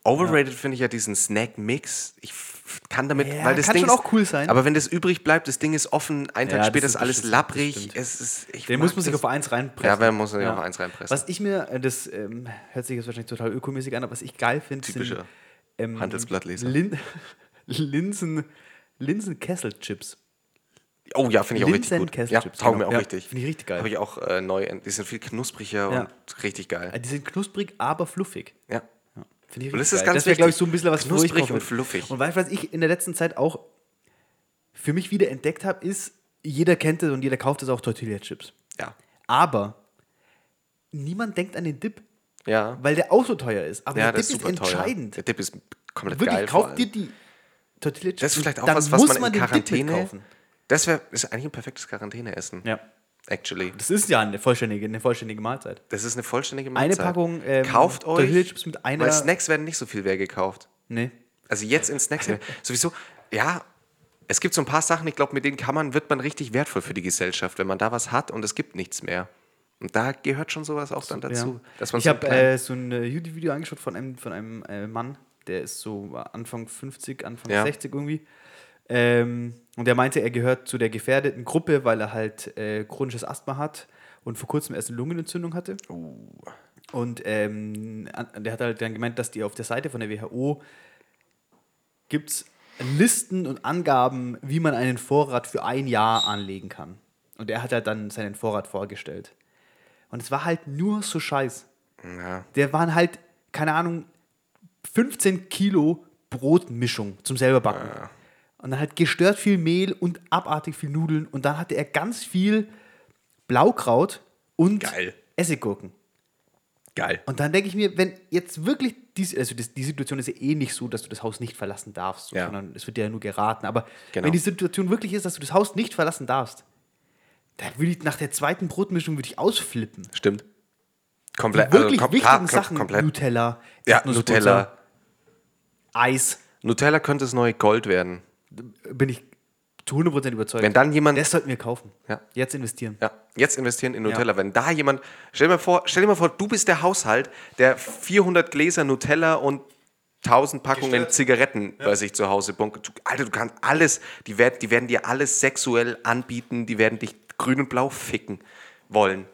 Speaker 3: Overrated finde ich ja diesen Snack-Mix. Ich f- kann damit,
Speaker 4: Ja,
Speaker 3: weil das
Speaker 4: kann
Speaker 3: Ding
Speaker 4: schon
Speaker 3: ist,
Speaker 4: auch cool sein.
Speaker 3: Aber wenn das übrig bleibt, das Ding ist offen, einen Tag
Speaker 4: Ja, das
Speaker 3: später ist
Speaker 4: ist-
Speaker 3: alles
Speaker 4: das ist- das
Speaker 3: labbrig.
Speaker 4: stimmt.
Speaker 3: Es ist, ich
Speaker 4: den
Speaker 3: mag
Speaker 4: muss man sich
Speaker 3: das.
Speaker 4: auf eins reinpressen.
Speaker 3: Ja, man muss sich auf eins reinpressen.
Speaker 4: Was ich mir, äh, das ähm, hört sich jetzt wahrscheinlich total ökomäßig an, aber was ich geil finde, sind
Speaker 3: Typischer
Speaker 4: ähm,
Speaker 3: Handelsblattleser.
Speaker 4: Lin [laughs] Linsen Linsen-Kesselchips.
Speaker 3: Oh ja, finde ich auch richtig gut. Ja,
Speaker 4: Linsen-Kesselchips,
Speaker 3: taugen
Speaker 4: genau.
Speaker 3: mir auch
Speaker 4: Ja,
Speaker 3: richtig.
Speaker 4: finde ich richtig geil.
Speaker 3: Habe ich auch äh, neu. ent- Die sind viel knuspriger
Speaker 4: Ja.
Speaker 3: und richtig geil.
Speaker 4: Äh, Die sind knusprig, aber fluffig.
Speaker 3: Ja.
Speaker 4: Finde ich
Speaker 3: Und das
Speaker 4: richtig
Speaker 3: ist
Speaker 4: geil.
Speaker 3: ganz
Speaker 4: Das wäre, glaube ich,
Speaker 3: wichtig.
Speaker 4: so ein bisschen was, wo ich
Speaker 3: Knusprig
Speaker 4: drauf
Speaker 3: und
Speaker 4: bin.
Speaker 3: fluffig.
Speaker 4: Und weißt du, was ich in der letzten Zeit auch für mich wieder entdeckt habe, ist, jeder kennt es und jeder kauft es auch Tortilla-Chips.
Speaker 3: Ja.
Speaker 4: Aber niemand denkt an den Dip,
Speaker 3: Ja.
Speaker 4: weil der auch so teuer ist. Aber
Speaker 3: ja,
Speaker 4: der
Speaker 3: das
Speaker 4: Dip ist
Speaker 3: super teuer.
Speaker 4: entscheidend.
Speaker 3: Der Dip ist komplett
Speaker 4: Wirklich,
Speaker 3: geil. vor
Speaker 4: kauft
Speaker 3: allem.
Speaker 4: dir die Tortilla-Chips.
Speaker 3: Das ist vielleicht auch
Speaker 4: dann
Speaker 3: was, was
Speaker 4: muss
Speaker 3: man in
Speaker 4: den Dip
Speaker 3: Quarantäne.
Speaker 4: mitkaufen.
Speaker 3: Das wäre ist eigentlich ein perfektes Quarantäneessen.
Speaker 4: Ja.
Speaker 3: Actually.
Speaker 4: Das ist ja eine vollständige, eine vollständige Mahlzeit.
Speaker 3: Das ist eine vollständige
Speaker 4: Eine
Speaker 3: Mahlzeit.
Speaker 4: Packung, ähm,
Speaker 3: kauft euch
Speaker 4: Tortilla-Chips mit einer-
Speaker 3: Weil Snacks werden nicht so viel mehr gekauft.
Speaker 4: Nee.
Speaker 3: Also jetzt in Snacks
Speaker 4: [laughs]
Speaker 3: sowieso. Ja, es gibt so ein paar Sachen, ich glaube, mit denen kann man wird man richtig wertvoll für die Gesellschaft, wenn man da was hat und es gibt nichts mehr. Und da gehört schon sowas auch dann dazu,
Speaker 4: Ja.
Speaker 3: dass man
Speaker 4: ich
Speaker 3: so einen
Speaker 4: habe
Speaker 3: kleinen-
Speaker 4: äh, so ein äh, YouTube-Video angeschaut von einem, von einem äh, Mann, der ist so Anfang 50, Anfang
Speaker 3: Ja.
Speaker 4: 60 irgendwie. Ähm, und der meinte, er gehört zu der gefährdeten Gruppe, weil er halt äh, chronisches Asthma hat und vor kurzem erst eine Lungenentzündung hatte.
Speaker 3: Oh.
Speaker 4: Und ähm, an- der hat halt dann gemeint, dass die auf der Seite von der WHO gibt es Listen und Angaben, wie man einen Vorrat für ein Jahr anlegen kann. Und er hat halt dann seinen Vorrat vorgestellt. Und es war halt nur so Scheiß.
Speaker 3: ja.
Speaker 4: Der waren halt, keine Ahnung, 15 Kilo Brotmischung zum selber backen. Und dann halt gestört viel Mehl und abartig viel Nudeln. Und dann hatte er ganz viel Blaukraut und
Speaker 3: Geil.
Speaker 4: Essiggurken.
Speaker 3: geil.
Speaker 4: Und dann denke ich mir, wenn jetzt wirklich, dies, also das, die Situation ist ja eh nicht so, dass du das Haus nicht verlassen darfst,
Speaker 3: Ja.
Speaker 4: sondern es wird dir ja nur geraten. Aber
Speaker 3: Genau.
Speaker 4: wenn die Situation wirklich ist, dass du das Haus nicht verlassen darfst, dann würde ich nach der zweiten Brotmischung würde ich ausflippen.
Speaker 3: Stimmt.
Speaker 4: Die
Speaker 3: Komplett
Speaker 4: wirklich
Speaker 3: also kom-
Speaker 4: wichtigen
Speaker 3: klar, kom-
Speaker 4: Sachen,
Speaker 3: komplett.
Speaker 4: Nutella,
Speaker 3: Ja,
Speaker 4: Erdnussbutter,
Speaker 3: Nutella.
Speaker 4: Eis,
Speaker 3: Nutella könnte das neue Gold werden.
Speaker 4: bin ich zu 100% überzeugt.
Speaker 3: Wenn dann jemand
Speaker 4: das sollten wir kaufen.
Speaker 3: Ja.
Speaker 4: Jetzt investieren.
Speaker 3: Ja, jetzt investieren in Nutella. Wenn da jemand, stell dir, mal vor, stell dir mal vor, du bist der Haushalt, der 400 Gläser Nutella und 1000 Packungen Zigaretten bei sich zu Hause bunkert. Du, Alter, du kannst alles, die werden, die werden dir alles sexuell anbieten, die werden dich grün und blau ficken wollen.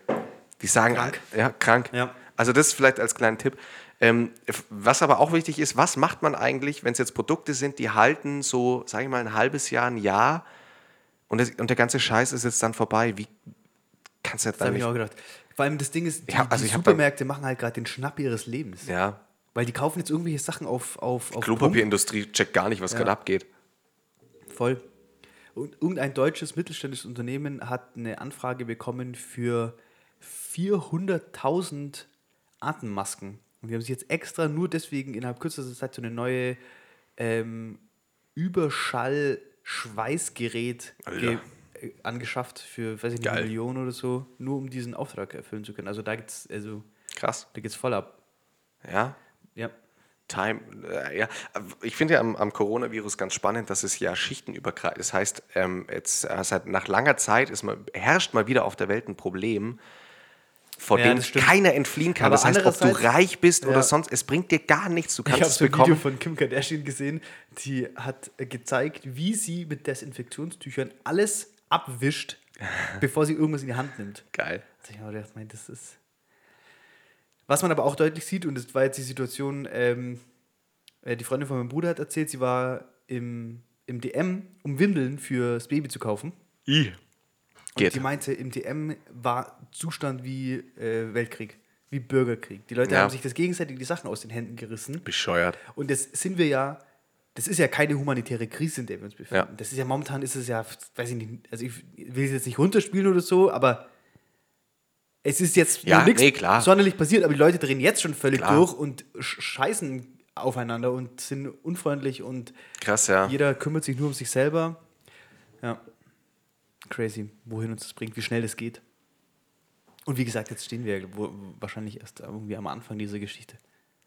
Speaker 3: Die sagen, halt,
Speaker 4: Krank.
Speaker 3: ja, krank.
Speaker 4: Ja.
Speaker 3: Also das vielleicht als kleinen Tipp. Ähm, f- was aber auch wichtig ist, was macht man eigentlich, wenn es jetzt Produkte sind, die halten so, sage ich mal, ein halbes Jahr, ein Jahr und, das, und der ganze Scheiß ist jetzt dann vorbei. Wie kannst du jetzt
Speaker 4: Das
Speaker 3: dann
Speaker 4: habe ich
Speaker 3: nicht?
Speaker 4: mir auch gedacht. Vor allem das Ding ist, die,
Speaker 3: Ja, also
Speaker 4: die
Speaker 3: ich hab da-
Speaker 4: Supermärkte machen halt gerade den Schnapp ihres Lebens.
Speaker 3: Ja,
Speaker 4: Weil die kaufen jetzt irgendwelche Sachen auf, auf, auf
Speaker 3: Klopapierindustrie checkt gar nicht, was gerade abgeht.
Speaker 4: Voll. Und irgendein deutsches mittelständisches Unternehmen hat eine Anfrage bekommen für 400.000 Atemmasken. Und die haben sich jetzt extra nur deswegen innerhalb kürzester Zeit so eine neue ähm, Überschall-Schweißgerät ge- äh, angeschafft für, weiß ich nicht, eine
Speaker 3: Geil.
Speaker 4: Million oder so, nur um diesen Auftrag erfüllen zu können. Also da geht's, also
Speaker 3: Krass.
Speaker 4: da geht's voll ab.
Speaker 3: Ja.
Speaker 4: Ja.
Speaker 3: Time, äh, ja. Ich finde ja am, am Coronavirus ganz spannend, dass es ja schichtenübergreifend Das heißt, ähm, jetzt äh, seit nach langer Zeit ist mal, herrscht mal wieder auf der Welt ein Problem, vor
Speaker 4: Ja,
Speaker 3: dem
Speaker 4: das stimmt.
Speaker 3: keiner entfliehen kann.
Speaker 4: Aber
Speaker 3: das heißt, ob du
Speaker 4: andererseits-
Speaker 3: reich bist
Speaker 4: Ja.
Speaker 3: oder sonst, es bringt dir gar nichts. Du
Speaker 4: Ich
Speaker 3: kannst
Speaker 4: habe
Speaker 3: es
Speaker 4: so ein Video
Speaker 3: bekommen.
Speaker 4: von Kim Kardashian gesehen, die hat äh, gezeigt, wie sie mit Desinfektionstüchern alles
Speaker 3: [laughs]
Speaker 4: abwischt, bevor sie irgendwas in die Hand nimmt.
Speaker 3: Geil.
Speaker 4: Da hab Ich mir gedacht, mein, das ist. Was man aber auch deutlich sieht, und das war jetzt die Situation, ähm, äh, die Freundin von meinem Bruder hat erzählt, sie war im, im DM, um Windeln fürs Baby zu kaufen.
Speaker 3: I. Geht.
Speaker 4: Die meinte, im DM war Zustand wie äh, Weltkrieg, wie Bürgerkrieg. Die Leute
Speaker 3: Ja.
Speaker 4: haben sich das gegenseitig die Sachen aus den Händen gerissen.
Speaker 3: Bescheuert.
Speaker 4: Und das sind wir ja, das ist ja keine humanitäre Krise, in der wir uns befinden.
Speaker 3: Ja.
Speaker 4: Das ist ja momentan ist es ja, weiß ich nicht, also ich will es jetzt nicht runterspielen oder so, aber es ist jetzt
Speaker 3: Ja,
Speaker 4: noch nix
Speaker 3: nee, klar.
Speaker 4: sonderlich passiert, aber die Leute drehen jetzt schon völlig
Speaker 3: Klar.
Speaker 4: durch und sch- scheißen aufeinander und sind unfreundlich und
Speaker 3: Krass, ja.
Speaker 4: jeder kümmert sich nur um sich selber. Ja. Crazy, wohin uns das bringt, wie schnell das geht. Und wie gesagt, jetzt stehen wir wo- wahrscheinlich erst irgendwie am Anfang dieser Geschichte.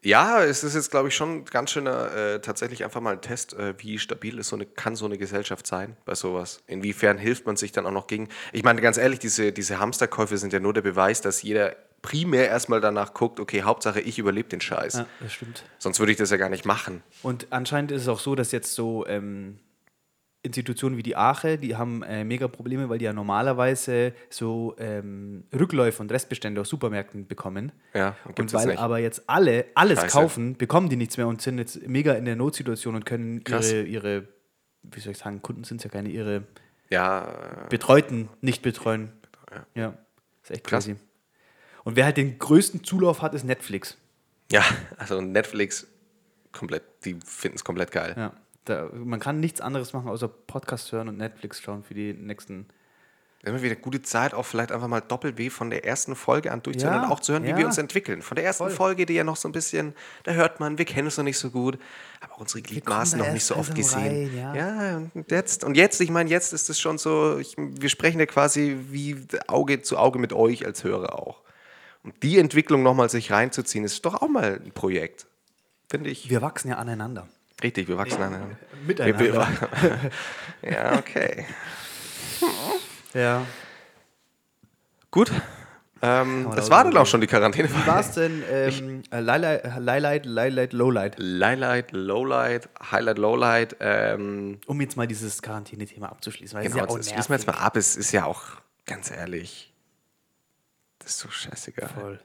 Speaker 3: Ja, es ist jetzt, glaube ich, schon ein ganz schöner, äh, tatsächlich einfach mal ein Test, äh, wie stabil ist so eine, kann so eine Gesellschaft sein bei sowas. Inwiefern hilft man sich dann auch noch gegen. Ich meine, ganz ehrlich, diese, diese Hamsterkäufe sind ja nur der Beweis, dass jeder primär erstmal danach guckt, okay, Hauptsache ich überlebe den Scheiß.
Speaker 4: Ja, das stimmt.
Speaker 3: Sonst würde ich das ja gar nicht machen.
Speaker 4: Und anscheinend ist es auch so, dass jetzt so ähm, Institutionen wie die Ache, die haben äh, mega Probleme, weil die ja normalerweise so ähm, Rückläufe und Restbestände aus Supermärkten bekommen.
Speaker 3: Ja, und
Speaker 4: und
Speaker 3: gibt's jetzt
Speaker 4: weil
Speaker 3: nicht.
Speaker 4: aber jetzt alle alles
Speaker 3: Scheiße.
Speaker 4: kaufen, bekommen die nichts mehr und sind jetzt mega in der Notsituation und können
Speaker 3: Krass.
Speaker 4: ihre, ihre wie soll ich sagen, Kunden sind ja keine ihre
Speaker 3: Ja, äh,
Speaker 4: Betreuten nicht betreuen.
Speaker 3: Ja.
Speaker 4: Ja, ist echt
Speaker 3: Krass.
Speaker 4: crazy. Und wer halt den größten Zulauf hat, ist Netflix.
Speaker 3: ja, [laughs] also Netflix komplett, die finden es komplett geil.
Speaker 4: Ja, da, man kann nichts anderes machen, außer Podcast hören und Netflix schauen für die nächsten.
Speaker 3: Immer wieder gute Zeit, auch vielleicht einfach mal Doppel-W von der ersten Folge an durchzuhören
Speaker 4: Ja,
Speaker 3: und auch zu hören, wie
Speaker 4: ja.
Speaker 3: wir uns entwickeln. Von der ersten Folge, die ja noch so ein bisschen, da hört man, wir kennen es noch nicht so gut, aber auch unsere Gliedmaßen
Speaker 4: kommen da
Speaker 3: noch nicht
Speaker 4: erst
Speaker 3: so oft
Speaker 4: langsam
Speaker 3: gesehen.
Speaker 4: rein,
Speaker 3: ja. und jetzt, und jetzt, ich meine, jetzt ist es schon so, ich, wir sprechen ja quasi wie Auge zu Auge mit euch als Hörer auch. Und die Entwicklung nochmal sich reinzuziehen, ist doch auch mal ein Projekt. Finde ich.
Speaker 4: Wir wachsen ja aneinander.
Speaker 3: Richtig, wir wachsen aneinander.
Speaker 4: miteinander.
Speaker 3: Wir- wir- [laughs] ja, okay.
Speaker 4: Ja.
Speaker 3: Gut. Ähm,
Speaker 4: man
Speaker 3: das
Speaker 4: da
Speaker 3: war
Speaker 4: so
Speaker 3: dann auch schon die Quarantäne.
Speaker 4: Wie war es denn? Ähm, äh, Lowlight, Lowlight, Lowlight, Lowlight.
Speaker 3: Lowlight, Lowlight, Highlight, Lowlight. Ähm,
Speaker 4: Um jetzt mal dieses Quarantäne-Thema abzuschließen. Weil
Speaker 3: genau,
Speaker 4: genau,
Speaker 3: das
Speaker 4: ist ja
Speaker 3: schließen wir jetzt mal ab. Es ist ja auch, ganz ehrlich, das ist so scheißegal.
Speaker 4: Voll.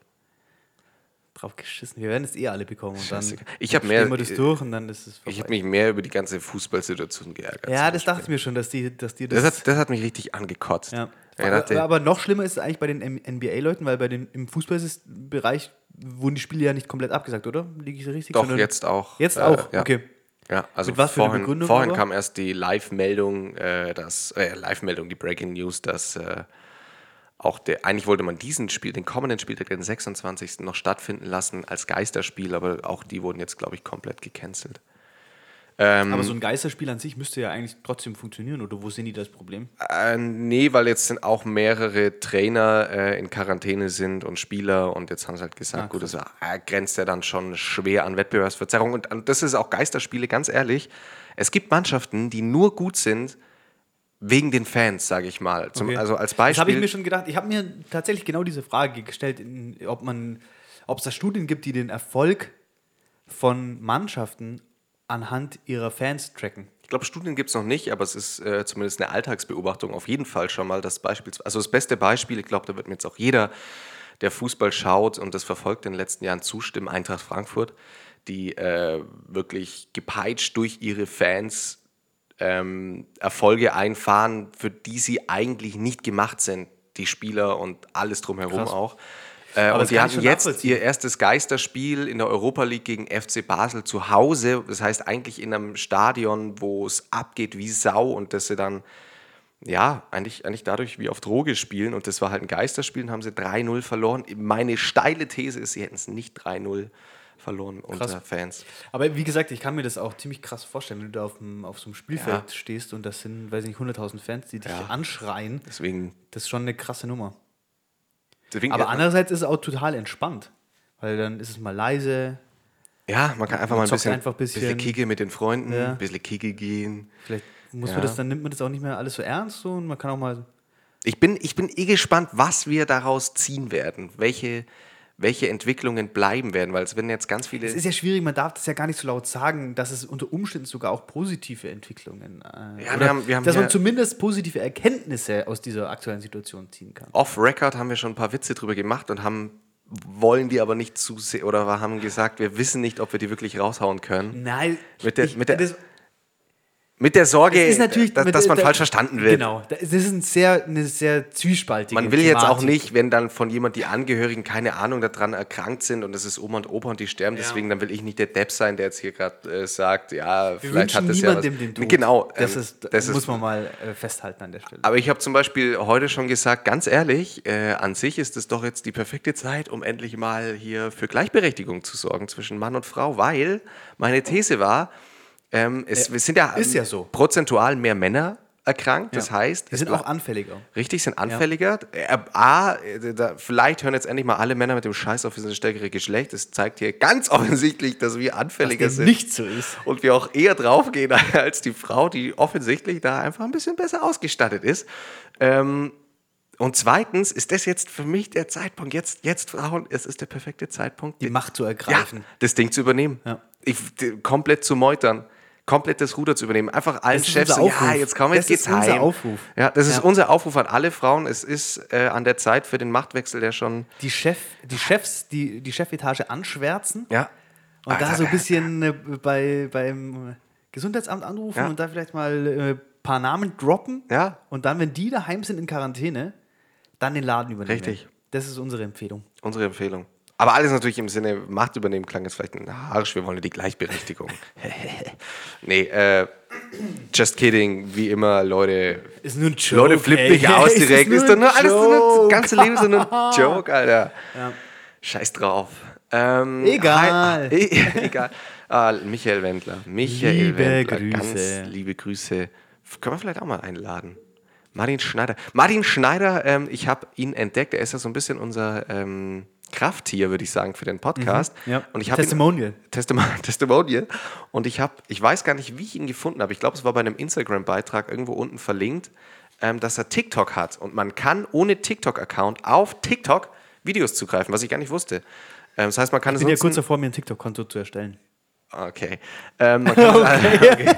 Speaker 4: Drauf geschissen. Wir werden es eh alle bekommen. Und dann
Speaker 3: Scheißegal. Ich hab mehr-
Speaker 4: stehen wir das durch und dann ist es
Speaker 3: Ich habe
Speaker 4: vorbei.
Speaker 3: mich mehr über die ganze Fußballsituation geärgert.
Speaker 4: ja, das dachte ich mir schon, dass, die, dass dir das.
Speaker 3: das, hat, das hat mich richtig angekotzt.
Speaker 4: ja.
Speaker 3: Ich dachte,
Speaker 4: aber, aber noch schlimmer ist es eigentlich bei den NBA-Leuten, weil bei den, im Fußballbereich wurden die Spiele ja nicht komplett abgesagt, oder? Liege ich so richtig?
Speaker 3: doch,
Speaker 4: Sondern-
Speaker 3: jetzt auch.
Speaker 4: Jetzt
Speaker 3: äh,
Speaker 4: auch,
Speaker 3: ja.
Speaker 4: okay.
Speaker 3: Ja, also
Speaker 4: Mit was für einer
Speaker 3: vorhin,
Speaker 4: Begründung
Speaker 3: vorhin
Speaker 4: aber?
Speaker 3: kam erst die Live-Meldung, äh, dass äh, Live-Meldung, die Breaking News, dass äh, auch der, eigentlich wollte man diesen Spiel, den kommenden Spieltag, den 26. noch stattfinden lassen als Geisterspiel, aber auch die wurden jetzt, glaube ich, komplett gecancelt. Ähm,
Speaker 4: Aber so ein Geisterspiel an sich müsste ja eigentlich trotzdem funktionieren, oder wo sehen die das Problem?
Speaker 3: Äh, nee, weil jetzt sind auch mehrere Trainer äh, in Quarantäne sind und Spieler und jetzt haben sie halt
Speaker 4: Ah,
Speaker 3: gesagt, gut, das war- äh, grenzt ja dann schon schwer an Wettbewerbsverzerrung und, und das ist auch Geisterspiele, ganz ehrlich. Es gibt Mannschaften, die nur gut sind wegen den Fans, sage ich mal. Zum,
Speaker 4: Okay.
Speaker 3: Also als
Speaker 4: Das habe ich
Speaker 3: Beispiel.
Speaker 4: mir schon gedacht. Ich habe mir tatsächlich genau diese Frage gestellt, in, ob man, ob es da Studien gibt, die den Erfolg von Mannschaften anhand ihrer Fans tracken.
Speaker 3: Ich glaube, Studien gibt es noch nicht, aber es ist äh, zumindest eine Alltagsbeobachtung auf jeden Fall schon mal das Beispiel. Also das beste Beispiel, ich glaube, da wird mir jetzt auch jeder, der Fußball schaut und das verfolgt in den letzten Jahren zustimmen, Eintracht Frankfurt, die äh, wirklich gepeitscht durch ihre Fans ähm, Erfolge einfahren, für die sie eigentlich nicht gemacht sind, die Spieler und alles drumherum
Speaker 4: Krass.
Speaker 3: auch. Äh,
Speaker 4: das
Speaker 3: und die
Speaker 4: kann ich
Speaker 3: hatten
Speaker 4: schon
Speaker 3: jetzt
Speaker 4: nachvollziehen.
Speaker 3: ihr erstes Geisterspiel in der Europa League gegen FC Basel zu Hause. Das heißt eigentlich in einem Stadion, wo es abgeht wie Sau und dass sie dann, ja, eigentlich, eigentlich dadurch wie auf Droge spielen. Und das war halt ein Geisterspiel und haben sie 3-0 verloren. Meine steile These ist, sie hätten es nicht 3-0 verloren unter Fans.
Speaker 4: Aber wie gesagt, ich kann mir das auch ziemlich krass vorstellen, wenn du da auf, dem, auf so einem Spielfeld stehst und das sind, weiß ich nicht, 100.000 Fans, die dich anschreien.
Speaker 3: Deswegen,
Speaker 4: Das ist schon eine krasse Nummer.
Speaker 3: deswegen äh,
Speaker 4: Aber andererseits ist es auch total entspannt, weil dann ist es mal leise,
Speaker 3: ja, man kann einfach mal ein
Speaker 4: zockt
Speaker 3: bisschen,
Speaker 4: einfach ein bisschen.
Speaker 3: Kicke mit den Freunden,
Speaker 4: Ja.
Speaker 3: ein bisschen Kicke gehen.
Speaker 4: Vielleicht muss
Speaker 3: Ja.
Speaker 4: man das, dann nimmt man das auch nicht mehr alles so ernst so, und man kann auch mal.
Speaker 3: Ich bin, ich bin eh gespannt, was wir daraus ziehen werden, welche, welche Entwicklungen bleiben werden, weil es werden jetzt ganz viele.
Speaker 4: Es ist ja schwierig, man darf das ja gar nicht so laut sagen, dass es unter Umständen sogar auch positive Entwicklungen. Äh,
Speaker 3: wir haben- wir haben
Speaker 4: dass
Speaker 3: ja-
Speaker 4: man zumindest positive Erkenntnisse aus dieser aktuellen Situation ziehen kann.
Speaker 3: Off-Record haben wir schon ein paar Witze drüber gemacht und haben wollen die aber nicht zu sehr oder wir haben gesagt, wir wissen nicht, ob wir die wirklich raushauen können.
Speaker 4: Nein,
Speaker 3: Mit der-
Speaker 4: ich-
Speaker 3: mit der-
Speaker 4: das,
Speaker 3: Mit der Sorge,
Speaker 4: es ist natürlich,
Speaker 3: dass,
Speaker 4: mit-
Speaker 3: dass man
Speaker 4: da-
Speaker 3: falsch verstanden wird.
Speaker 4: Genau, da- das ist ein sehr, eine sehr zwiespaltige
Speaker 3: Man will jetzt auch
Speaker 4: Thematik.
Speaker 3: nicht, wenn dann von jemand die Angehörigen keine Ahnung daran erkrankt sind und es ist Oma und Opa und die sterben, deswegen dann will ich nicht der Depp sein, der jetzt hier gerade äh, sagt, ja,
Speaker 4: Wir
Speaker 3: vielleicht
Speaker 4: wünschen
Speaker 3: hat das ja was.
Speaker 4: niemandem den Tod.
Speaker 3: Genau,
Speaker 4: das,
Speaker 3: ähm,
Speaker 4: ist,
Speaker 3: das
Speaker 4: muss
Speaker 3: ist
Speaker 4: man mal äh, festhalten an der Stelle.
Speaker 3: Aber ich habe zum Beispiel heute schon gesagt, ganz ehrlich, äh, an sich ist es doch jetzt die perfekte Zeit, um endlich mal hier für Gleichberechtigung zu sorgen zwischen Mann und Frau, weil meine These war, ähm, es, wir sind ja,
Speaker 4: Äh, ist ja so.
Speaker 3: prozentual mehr Männer erkrankt. Das heißt,
Speaker 4: die
Speaker 3: es
Speaker 4: Genau. sind
Speaker 3: blei-
Speaker 4: auch anfälliger.
Speaker 3: Richtig, sind anfälliger. Äh, A, äh, da, vielleicht hören jetzt endlich mal alle Männer mit dem Scheiß auf, wir sind das stärkere Geschlecht. Das zeigt hier ganz [laughs] offensichtlich, dass wir anfälliger
Speaker 4: dem
Speaker 3: sind.
Speaker 4: nicht so ist.
Speaker 3: Und wir auch eher draufgehen [laughs] als die Frau, die offensichtlich da einfach ein bisschen besser ausgestattet ist. Ähm, und zweitens ist das jetzt für mich der Zeitpunkt, jetzt, jetzt Frauen, es ist der perfekte Zeitpunkt,
Speaker 4: Die Macht zu
Speaker 3: ja,
Speaker 4: ergreifen.
Speaker 3: das Ding zu übernehmen.
Speaker 4: Ja.
Speaker 3: Ich, d- komplett zu meutern. Komplett das Ruder zu übernehmen. Einfach allen
Speaker 4: Das ist
Speaker 3: Chefs
Speaker 4: unser
Speaker 3: so, ja,
Speaker 4: Aufruf.
Speaker 3: jetzt komm, jetzt
Speaker 4: Das
Speaker 3: geht's
Speaker 4: ist unser
Speaker 3: heim.
Speaker 4: Aufruf.
Speaker 3: Ja, das ist
Speaker 4: Ja.
Speaker 3: unser Aufruf an alle Frauen. Es ist äh, an der Zeit für den Machtwechsel, der schon.
Speaker 4: die, Chef, die Chefs, die, die Chefetage anschwärzen
Speaker 3: Ja.
Speaker 4: und da so ein bisschen äh, bei, beim Gesundheitsamt anrufen
Speaker 3: Ja.
Speaker 4: und da vielleicht mal äh, ein paar Namen droppen.
Speaker 3: Ja.
Speaker 4: Und dann, wenn die daheim sind in Quarantäne, dann den Laden übernehmen.
Speaker 3: Richtig.
Speaker 4: Das ist unsere Empfehlung.
Speaker 3: äh, Unsere Empfehlung. Aber alles natürlich im Sinne, Macht übernehmen klang jetzt vielleicht ein Harsch, wir wollen ja die
Speaker 4: [laughs]
Speaker 3: Gleichberechtigung. nee, äh, just kidding, wie immer, Leute.
Speaker 4: Ist nur ein Joke.
Speaker 3: Leute, flippt
Speaker 4: ey. [laughs]
Speaker 3: nicht aus
Speaker 4: Es
Speaker 3: direkt. Ist,
Speaker 4: nur
Speaker 3: doch
Speaker 4: ein
Speaker 3: nur alles, nur,
Speaker 4: Joke.
Speaker 3: das ganze Leben ist doch nur
Speaker 4: [laughs]
Speaker 3: ein Joke, Alter. Scheiß drauf. Ähm,
Speaker 4: Egal.
Speaker 3: [laughs] hi- e egal. Ah, Michael Wendler. Michael
Speaker 4: Liebe
Speaker 3: Wendler.
Speaker 4: Grüße.
Speaker 3: Ganz liebe Grüße. F- Können wir vielleicht auch mal einladen? Martin Schneider. Martin Schneider, ähm, ich habe ihn entdeckt. Er ist ja so ein bisschen unser ähm, Krafttier, würde ich sagen, für den Podcast.
Speaker 4: Mhm, Ja.
Speaker 3: Und ich hab ihn-
Speaker 4: Testimonial.
Speaker 3: Testim [laughs] Testimonial. Und ich habe, ich weiß gar nicht, wie ich ihn gefunden habe. Ich glaube, es war bei einem Instagram-Beitrag irgendwo unten verlinkt, ähm, dass er TikTok hat. Und man kann ohne TikTok-Account auf TikTok Videos zugreifen, was ich gar nicht wusste. Ähm, das heißt, man kann es
Speaker 4: Ich bin ja
Speaker 3: nutzen- Ah,
Speaker 4: kurz davor, mir ein TikTok-Konto zu erstellen.
Speaker 3: Okay. Ähm, man,
Speaker 4: [laughs]
Speaker 3: kann [laughs] okay.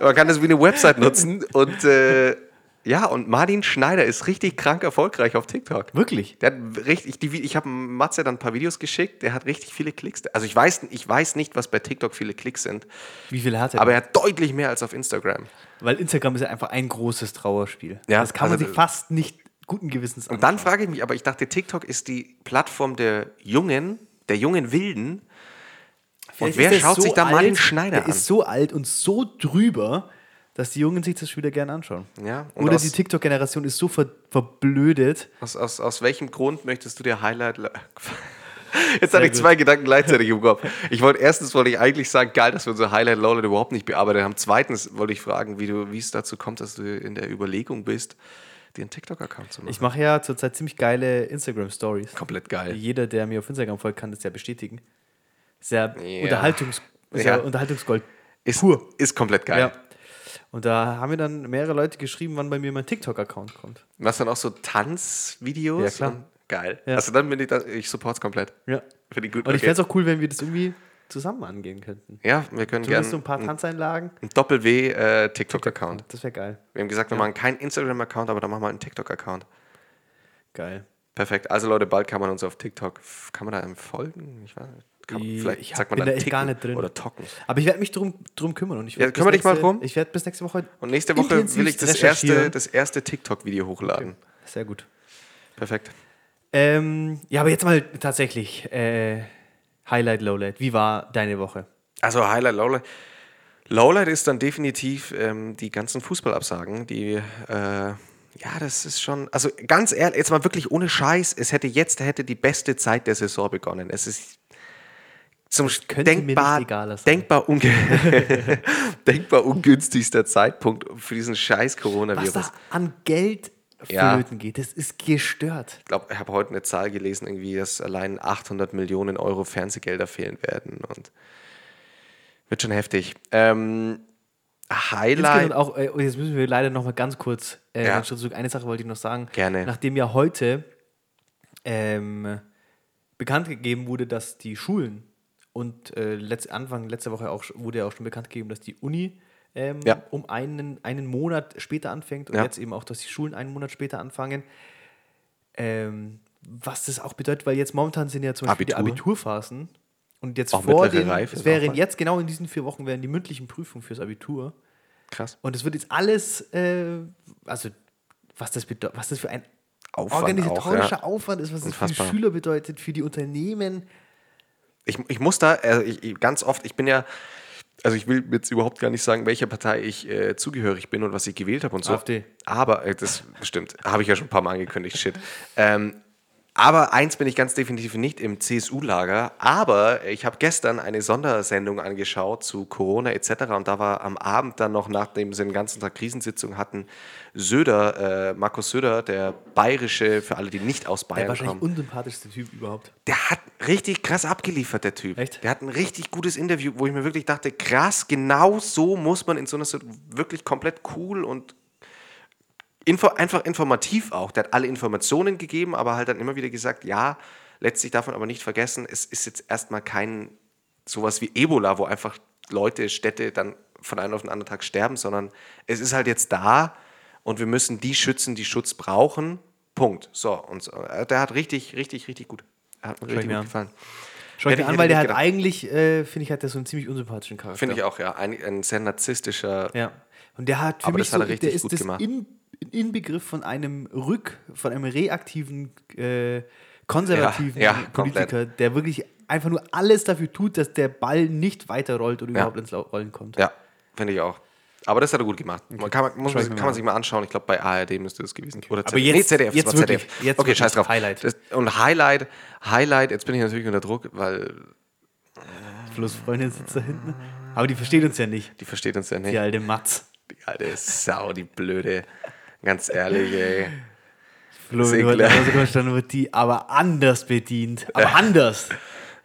Speaker 3: man kann das wie eine Website nutzen. Und äh, ja, und Martin Schneider ist richtig krank erfolgreich auf TikTok.
Speaker 4: Wirklich?
Speaker 3: Der hat richtig, die, Vi- ich habe Matze dann ein paar Videos geschickt, der hat richtig viele Klicks. Also ich weiß, ich weiß nicht, was bei TikTok viele Klicks sind,
Speaker 4: Wie viel hat er?
Speaker 3: aber er hat deutlich mehr als auf Instagram.
Speaker 4: Weil Instagram ist ja einfach ein großes Trauerspiel.
Speaker 3: Ja,
Speaker 4: das kann man
Speaker 3: also-
Speaker 4: sich fast nicht guten Gewissens
Speaker 3: Und dann frage ich mich, aber ich dachte, TikTok ist die Plattform der Jungen, der jungen Wilden. Und
Speaker 4: Vielleicht
Speaker 3: wer
Speaker 4: ist der
Speaker 3: schaut
Speaker 4: so
Speaker 3: sich da Martin
Speaker 4: alt,
Speaker 3: Schneider
Speaker 4: der
Speaker 3: an?
Speaker 4: ist so alt und so drüber, dass die Jungen sich das wieder gerne anschauen.
Speaker 3: Ja, und
Speaker 4: Oder
Speaker 3: aus-
Speaker 4: die TikTok-Generation ist so ver verblödet.
Speaker 3: Aus, aus, aus welchem Grund möchtest du dir Highlight. le- [laughs] Jetzt hatte ich zwei Gedanken gleichzeitig im Kopf. Ich wollte erstens wollte ich eigentlich sagen, geil, dass wir unser Highlight Lowlight überhaupt nicht bearbeitet haben. Zweitens wollte ich fragen, wie du, wie es dazu kommt, dass du in der Überlegung bist, dir einen TikTok-Account zu machen.
Speaker 4: Ich mache ja zurzeit ziemlich geile Instagram-Stories.
Speaker 3: Komplett geil.
Speaker 4: Jeder, der mir auf Instagram folgt, kann das ja bestätigen. Sehr
Speaker 3: Ja.
Speaker 4: Unterhaltungs ist
Speaker 3: Ja.
Speaker 4: ja. Unterhaltungsgold.
Speaker 3: Ist,
Speaker 4: pur.
Speaker 3: ist komplett geil.
Speaker 4: Ja. Und da haben mir dann mehrere Leute geschrieben, wann bei mir mein TikTok-Account kommt.
Speaker 3: Machst du dann auch so Tanzvideos?
Speaker 4: Ja, klar.
Speaker 3: Und- Geil.
Speaker 4: Ja.
Speaker 3: Also dann bin ich da, ich support's komplett.
Speaker 4: Ja.
Speaker 3: Finde ich gut.
Speaker 4: Und ich
Speaker 3: okay.
Speaker 4: fände es auch cool, wenn wir das irgendwie zusammen angehen könnten.
Speaker 3: ja, wir können
Speaker 4: Du hast
Speaker 3: gerne
Speaker 4: so ein paar
Speaker 3: einen
Speaker 4: Tanzeinlagen.
Speaker 3: Doppel-W-TikTok-Account.
Speaker 4: Das wäre geil.
Speaker 3: äh, wir haben gesagt, wir machen keinen Instagram-Account, aber dann machen wir einen TikTok-Account.
Speaker 4: Geil.
Speaker 3: Perfekt. Also Leute, bald kann man uns auf TikTok, f- kann man da einem folgen? Ich weiß nicht. Kann,
Speaker 4: Ich-
Speaker 3: vielleicht
Speaker 4: ich hab-
Speaker 3: sagt man
Speaker 4: bin
Speaker 3: da
Speaker 4: da echt
Speaker 3: ticken
Speaker 4: gar nicht drin.
Speaker 3: oder tocken.
Speaker 4: Aber ich werde mich drum, drum kümmern. Und ich
Speaker 3: Ja,
Speaker 4: werd
Speaker 3: kümmere
Speaker 4: bis
Speaker 3: dich mal
Speaker 4: nächste-
Speaker 3: drum.
Speaker 4: Ich werde bis nächste Woche.
Speaker 3: Und nächste Woche will ich
Speaker 4: intensivst
Speaker 3: das erste,
Speaker 4: recherchieren.
Speaker 3: das erste TikTok-Video hochladen.
Speaker 4: Sehr gut.
Speaker 3: Perfekt.
Speaker 4: Ähm, ja, aber jetzt mal tatsächlich. Äh, Highlight, Lowlight. Wie war deine Woche?
Speaker 3: Also Highlight, Lowlight. Lowlight ist dann definitiv ähm, die ganzen Fußballabsagen, die, äh, ja, das ist schon, also ganz ehrlich, jetzt mal wirklich ohne Scheiß, es hätte jetzt, hätte die beste Zeit der Saison begonnen. Es ist zum
Speaker 4: könnte mir nicht
Speaker 3: denkbar,
Speaker 4: egaler sein.
Speaker 3: denkbar, unge
Speaker 4: [laughs]
Speaker 3: [laughs] denkbar ungünstigster Zeitpunkt für diesen scheiß
Speaker 4: Was
Speaker 3: Coronavirus.
Speaker 4: da an Geld
Speaker 3: Ja.
Speaker 4: flöten geht, das ist gestört.
Speaker 3: Ich glaube, ich habe heute eine Zahl gelesen, irgendwie, dass allein 800 Millionen Euro Fernsehgelder fehlen werden und wird schon heftig. Ähm, Highlight.
Speaker 4: Insgesamt auch, äh, jetzt müssen wir leider noch mal ganz kurz äh,
Speaker 3: Ja.
Speaker 4: einen Schritt zurück. Eine Sache wollte ich noch sagen.
Speaker 3: Gerne.
Speaker 4: Nachdem ja heute ähm, bekannt gegeben wurde, dass die Schulen und äh, letzt, Anfang letzter Woche auch, sch- wurde ja auch schon bekannt gegeben, dass die Uni ähm,
Speaker 3: Ja.
Speaker 4: um einen, einen Monat später anfängt und
Speaker 3: Ja.
Speaker 4: jetzt eben auch, dass die Schulen einen Monat später anfangen. Ähm, was das auch bedeutet, weil jetzt momentan sind ja zum Beispiel die
Speaker 3: Abitur.
Speaker 4: Abiturphasen und jetzt
Speaker 3: Auch
Speaker 4: vor
Speaker 3: mittlere
Speaker 4: den,
Speaker 3: Reife ist
Speaker 4: es
Speaker 3: auch
Speaker 4: wären
Speaker 3: was.
Speaker 4: jetzt genau in diesen vier Wochen wären die mündlichen Prüfungen fürs Abitur.
Speaker 3: Krass.
Speaker 4: Und es wird jetzt alles, äh, also was das, bedeu- was das für ein
Speaker 3: Aufwand
Speaker 4: organisatorischer
Speaker 3: auch, ja.
Speaker 4: Aufwand ist, was das für die
Speaker 3: Unfassbar.
Speaker 4: Schüler bedeutet, für die Unternehmen.
Speaker 3: Ich, ich muss da, also ich, ich, ganz oft, ich bin ja, also ich will jetzt überhaupt gar nicht sagen, welcher Partei ich äh, zugehörig bin und was ich gewählt habe und so.
Speaker 4: AfD.
Speaker 3: Aber, äh, das stimmt, habe ich ja schon ein paar Mal angekündigt, shit. Ähm, aber eins bin ich ganz definitiv nicht im CSU-Lager, aber ich habe gestern eine Sondersendung angeschaut zu Corona etc. Und da war am Abend dann noch, nachdem sie den ganzen Tag Krisensitzung hatten, Söder, äh, Markus Söder, der bayerische, für alle, die nicht aus
Speaker 4: Der
Speaker 3: Bayern
Speaker 4: wahrscheinlich
Speaker 3: kommen
Speaker 4: unsympathischste Typ überhaupt.
Speaker 3: der hat richtig krass abgeliefert, der Typ.
Speaker 4: Echt?
Speaker 3: Der hat ein richtig gutes Interview, wo ich mir wirklich dachte, krass, genau so muss man in so einer Sit- wirklich komplett cool und info einfach informativ auch. Der hat alle Informationen gegeben, aber halt dann immer wieder gesagt, ja, letztlich darf man aber nicht vergessen, es ist jetzt erstmal kein sowas wie Ebola, wo einfach Leute, Städte dann von einem auf den anderen Tag sterben, sondern es ist halt jetzt da und wir müssen die schützen, die Schutz brauchen. Punkt. So, und so. Äh, der hat richtig, richtig, richtig gut. Er hat mir richtig
Speaker 4: mir
Speaker 3: gut
Speaker 4: an.
Speaker 3: gefallen.
Speaker 4: Schau ich
Speaker 3: Hätte
Speaker 4: mir
Speaker 3: ich-
Speaker 4: an, weil
Speaker 3: hätte
Speaker 4: der
Speaker 3: ich
Speaker 4: hat
Speaker 3: gedacht.
Speaker 4: eigentlich, äh, finde ich, hat der so einen ziemlich unsympathischen Charakter.
Speaker 3: Finde ich auch, ja. Ein, ein sehr narzisstischer.
Speaker 4: Ja. Und der hat für
Speaker 3: Aber
Speaker 4: mich
Speaker 3: das hat
Speaker 4: so,
Speaker 3: er richtig
Speaker 4: der ist
Speaker 3: gut
Speaker 4: das
Speaker 3: gemacht.
Speaker 4: In, Inbegriff von einem Rück, von einem reaktiven, äh, konservativen
Speaker 3: Ja, ja,
Speaker 4: Politiker, der wirklich einfach nur alles dafür tut, dass der Ball nicht weiterrollt oder
Speaker 3: Ja.
Speaker 4: überhaupt ins Lau- Rollen kommt.
Speaker 3: Ja, finde ich auch. Aber das hat er gut gemacht. Man kann, man, muss
Speaker 4: Schau
Speaker 3: man,
Speaker 4: ich mir
Speaker 3: kann
Speaker 4: mal
Speaker 3: man sich mal anschauen. Ich glaube, bei ARD müsste das gewesen sein. Oder
Speaker 4: Aber
Speaker 3: ZDF.
Speaker 4: jetzt-
Speaker 3: ZDF, es
Speaker 4: jetzt
Speaker 3: war
Speaker 4: wirklich,
Speaker 3: ZDF. okay,
Speaker 4: jetzt wirklich,
Speaker 3: scheiß drauf.
Speaker 4: Highlight.
Speaker 3: Das, und Highlight, Highlight, jetzt bin ich natürlich unter Druck, weil
Speaker 4: Plus Freundin sitzt da hinten. Aber die versteht uns ja nicht,
Speaker 3: die versteht uns ja nicht.
Speaker 4: die alte Matz.
Speaker 3: Die alte Sau, die blöde. Ganz ehrlich, ey.
Speaker 4: Flo, wenn
Speaker 3: Sehr
Speaker 4: du heute
Speaker 3: eh klar. Äh.
Speaker 4: nach Hause kommst, dann wird die aber anders bedient.
Speaker 3: [laughs]
Speaker 4: Aber anders.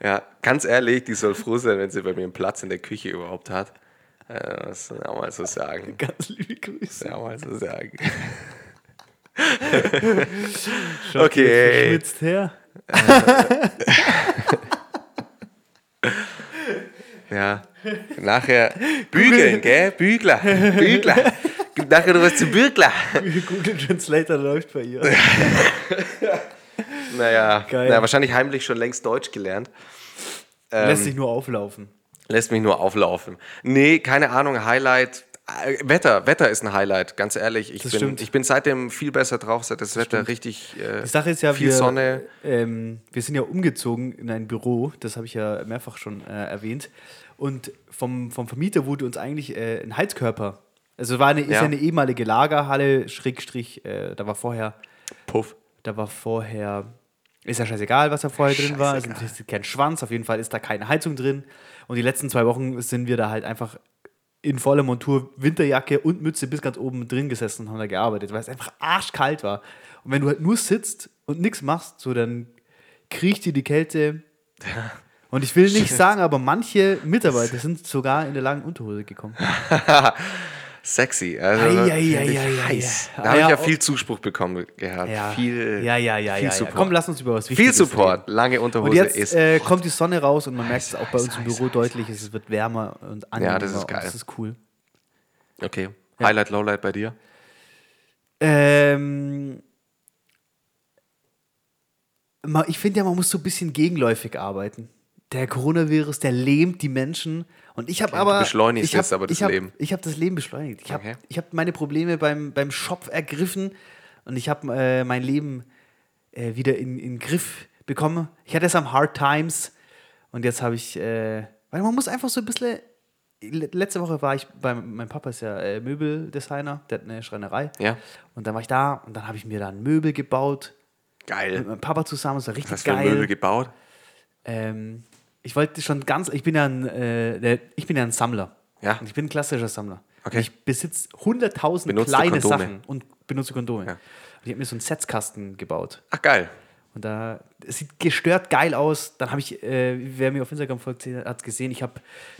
Speaker 3: Ja, ganz ehrlich, die soll froh sein, wenn sie bei mir einen Platz in der Küche überhaupt hat. Äh, Das soll ich auch mal so sagen.
Speaker 4: Ganz liebe Grüße.
Speaker 3: Das soll ich auch mal so sagen.
Speaker 4: Schaut
Speaker 3: Okay.
Speaker 4: die jetzt Verschwitzt her. [laughs]
Speaker 3: Ja. Nachher bügeln, gell? Bügler. Bügler. Gib nachher noch was zu Bügler.
Speaker 4: Google Translator läuft bei ihr.
Speaker 3: Ähm. Naja,
Speaker 4: Geil.
Speaker 3: naja, wahrscheinlich heimlich schon längst Deutsch gelernt.
Speaker 4: Lässt sich nur auflaufen.
Speaker 3: Lässt mich nur auflaufen. Nee, keine Ahnung, Highlight. Äh, Wetter, Wetter ist ein Highlight, ganz ehrlich. Ich,
Speaker 4: Das
Speaker 3: bin,
Speaker 4: stimmt.
Speaker 3: ich bin seitdem viel besser drauf, seit das, Wetter richtig äh,
Speaker 4: Die Sache ist ja,
Speaker 3: viel
Speaker 4: wir,
Speaker 3: Sonne.
Speaker 4: Ähm, wir sind ja umgezogen in ein Büro, das habe ich ja mehrfach schon äh, erwähnt. Und vom, vom Vermieter wurde uns eigentlich äh, ein Heizkörper. Also war eine, ist
Speaker 3: Ja.
Speaker 4: ja eine ehemalige Lagerhalle, Schrägstrich, äh, da war vorher,
Speaker 3: Puff.
Speaker 4: da war vorher, ist ja scheißegal, was da vorher drin war. Es ist kein Schwanz, auf jeden Fall ist da keine Heizung drin. Und die letzten zwei Wochen sind wir da halt einfach in voller Montur, Winterjacke und Mütze bis ganz oben drin gesessen und haben da gearbeitet, weil es einfach arschkalt war. Und wenn du halt nur sitzt und nichts machst, so dann kriecht dir
Speaker 3: [laughs]
Speaker 4: die Kälte. Und ich will nicht sagen, aber manche Mitarbeiter sind sogar in der langen
Speaker 3: [laughs]
Speaker 4: Unterhose gekommen.
Speaker 3: Sexy. Also,
Speaker 4: Ei, ei,
Speaker 3: finde
Speaker 4: ei,
Speaker 3: ich
Speaker 4: ei, ei,
Speaker 3: heiß.
Speaker 4: ei.
Speaker 3: Da habe
Speaker 4: Ja,
Speaker 3: ich ja
Speaker 4: oh.
Speaker 3: viel Zuspruch bekommen gehabt.
Speaker 4: Ja,
Speaker 3: Viel,
Speaker 4: ja, ja, ja,
Speaker 3: viel
Speaker 4: ja, ja.
Speaker 3: Support.
Speaker 4: Komm, lass uns über was
Speaker 3: viel
Speaker 4: Wichtiges reden.
Speaker 3: Support. Lange Unterhose
Speaker 4: Und jetzt
Speaker 3: ist.
Speaker 4: äh, kommt die Sonne raus und man merkt es auch bei
Speaker 3: heiß,
Speaker 4: uns im
Speaker 3: heiß,
Speaker 4: Büro
Speaker 3: heiß,
Speaker 4: deutlich, es wird wärmer und angenehmer.
Speaker 3: das ist
Speaker 4: und
Speaker 3: geil.
Speaker 4: Das ist cool.
Speaker 3: okay. Highlight, Lowlight bei dir?
Speaker 4: Ähm, ma- ich finde ja, man muss so ein bisschen gegenläufig arbeiten. Der Coronavirus, der lähmt die Menschen. Und ich habe aber.
Speaker 3: beschleunigst
Speaker 4: ich hab,
Speaker 3: es aber, das
Speaker 4: ich hab,
Speaker 3: Leben.
Speaker 4: Ich habe das Leben beschleunigt. Ich habe
Speaker 3: Okay.
Speaker 4: ich hab meine Probleme beim, beim Shop ergriffen und ich habe äh, mein Leben äh, wieder in in den Griff bekommen. Ich hatte es am Hard Times und jetzt habe ich. Äh, weil man muss einfach so ein bisschen. le- Letzte Woche war ich beim. Mein Papa ist ja äh, Möbeldesigner, der hat eine Schreinerei.
Speaker 3: Ja.
Speaker 4: Und dann war ich da und dann habe ich mir da ein Möbel gebaut. Mit
Speaker 3: Geil.
Speaker 4: meinem Papa zusammen, das war richtig
Speaker 3: Hast du
Speaker 4: Ähm, geil.
Speaker 3: Möbel gebaut?
Speaker 4: Ähm, ich wollte schon ganz, ich bin ja ein, äh, der, ich bin ja ein Sammler.
Speaker 3: Ja.
Speaker 4: Und ich bin ein klassischer Sammler.
Speaker 3: Okay.
Speaker 4: Und ich besitze hunderttausend
Speaker 3: Benutzt du
Speaker 4: kleine
Speaker 3: Kondome?
Speaker 4: Sachen und benutze Kondome. Und ich habe mir so einen Setzkasten gebaut.
Speaker 3: Ach, geil.
Speaker 4: Und da es sieht gestört geil aus. Dann habe ich, äh, wer mir auf Instagram folgt, hat es gesehen. Ich habe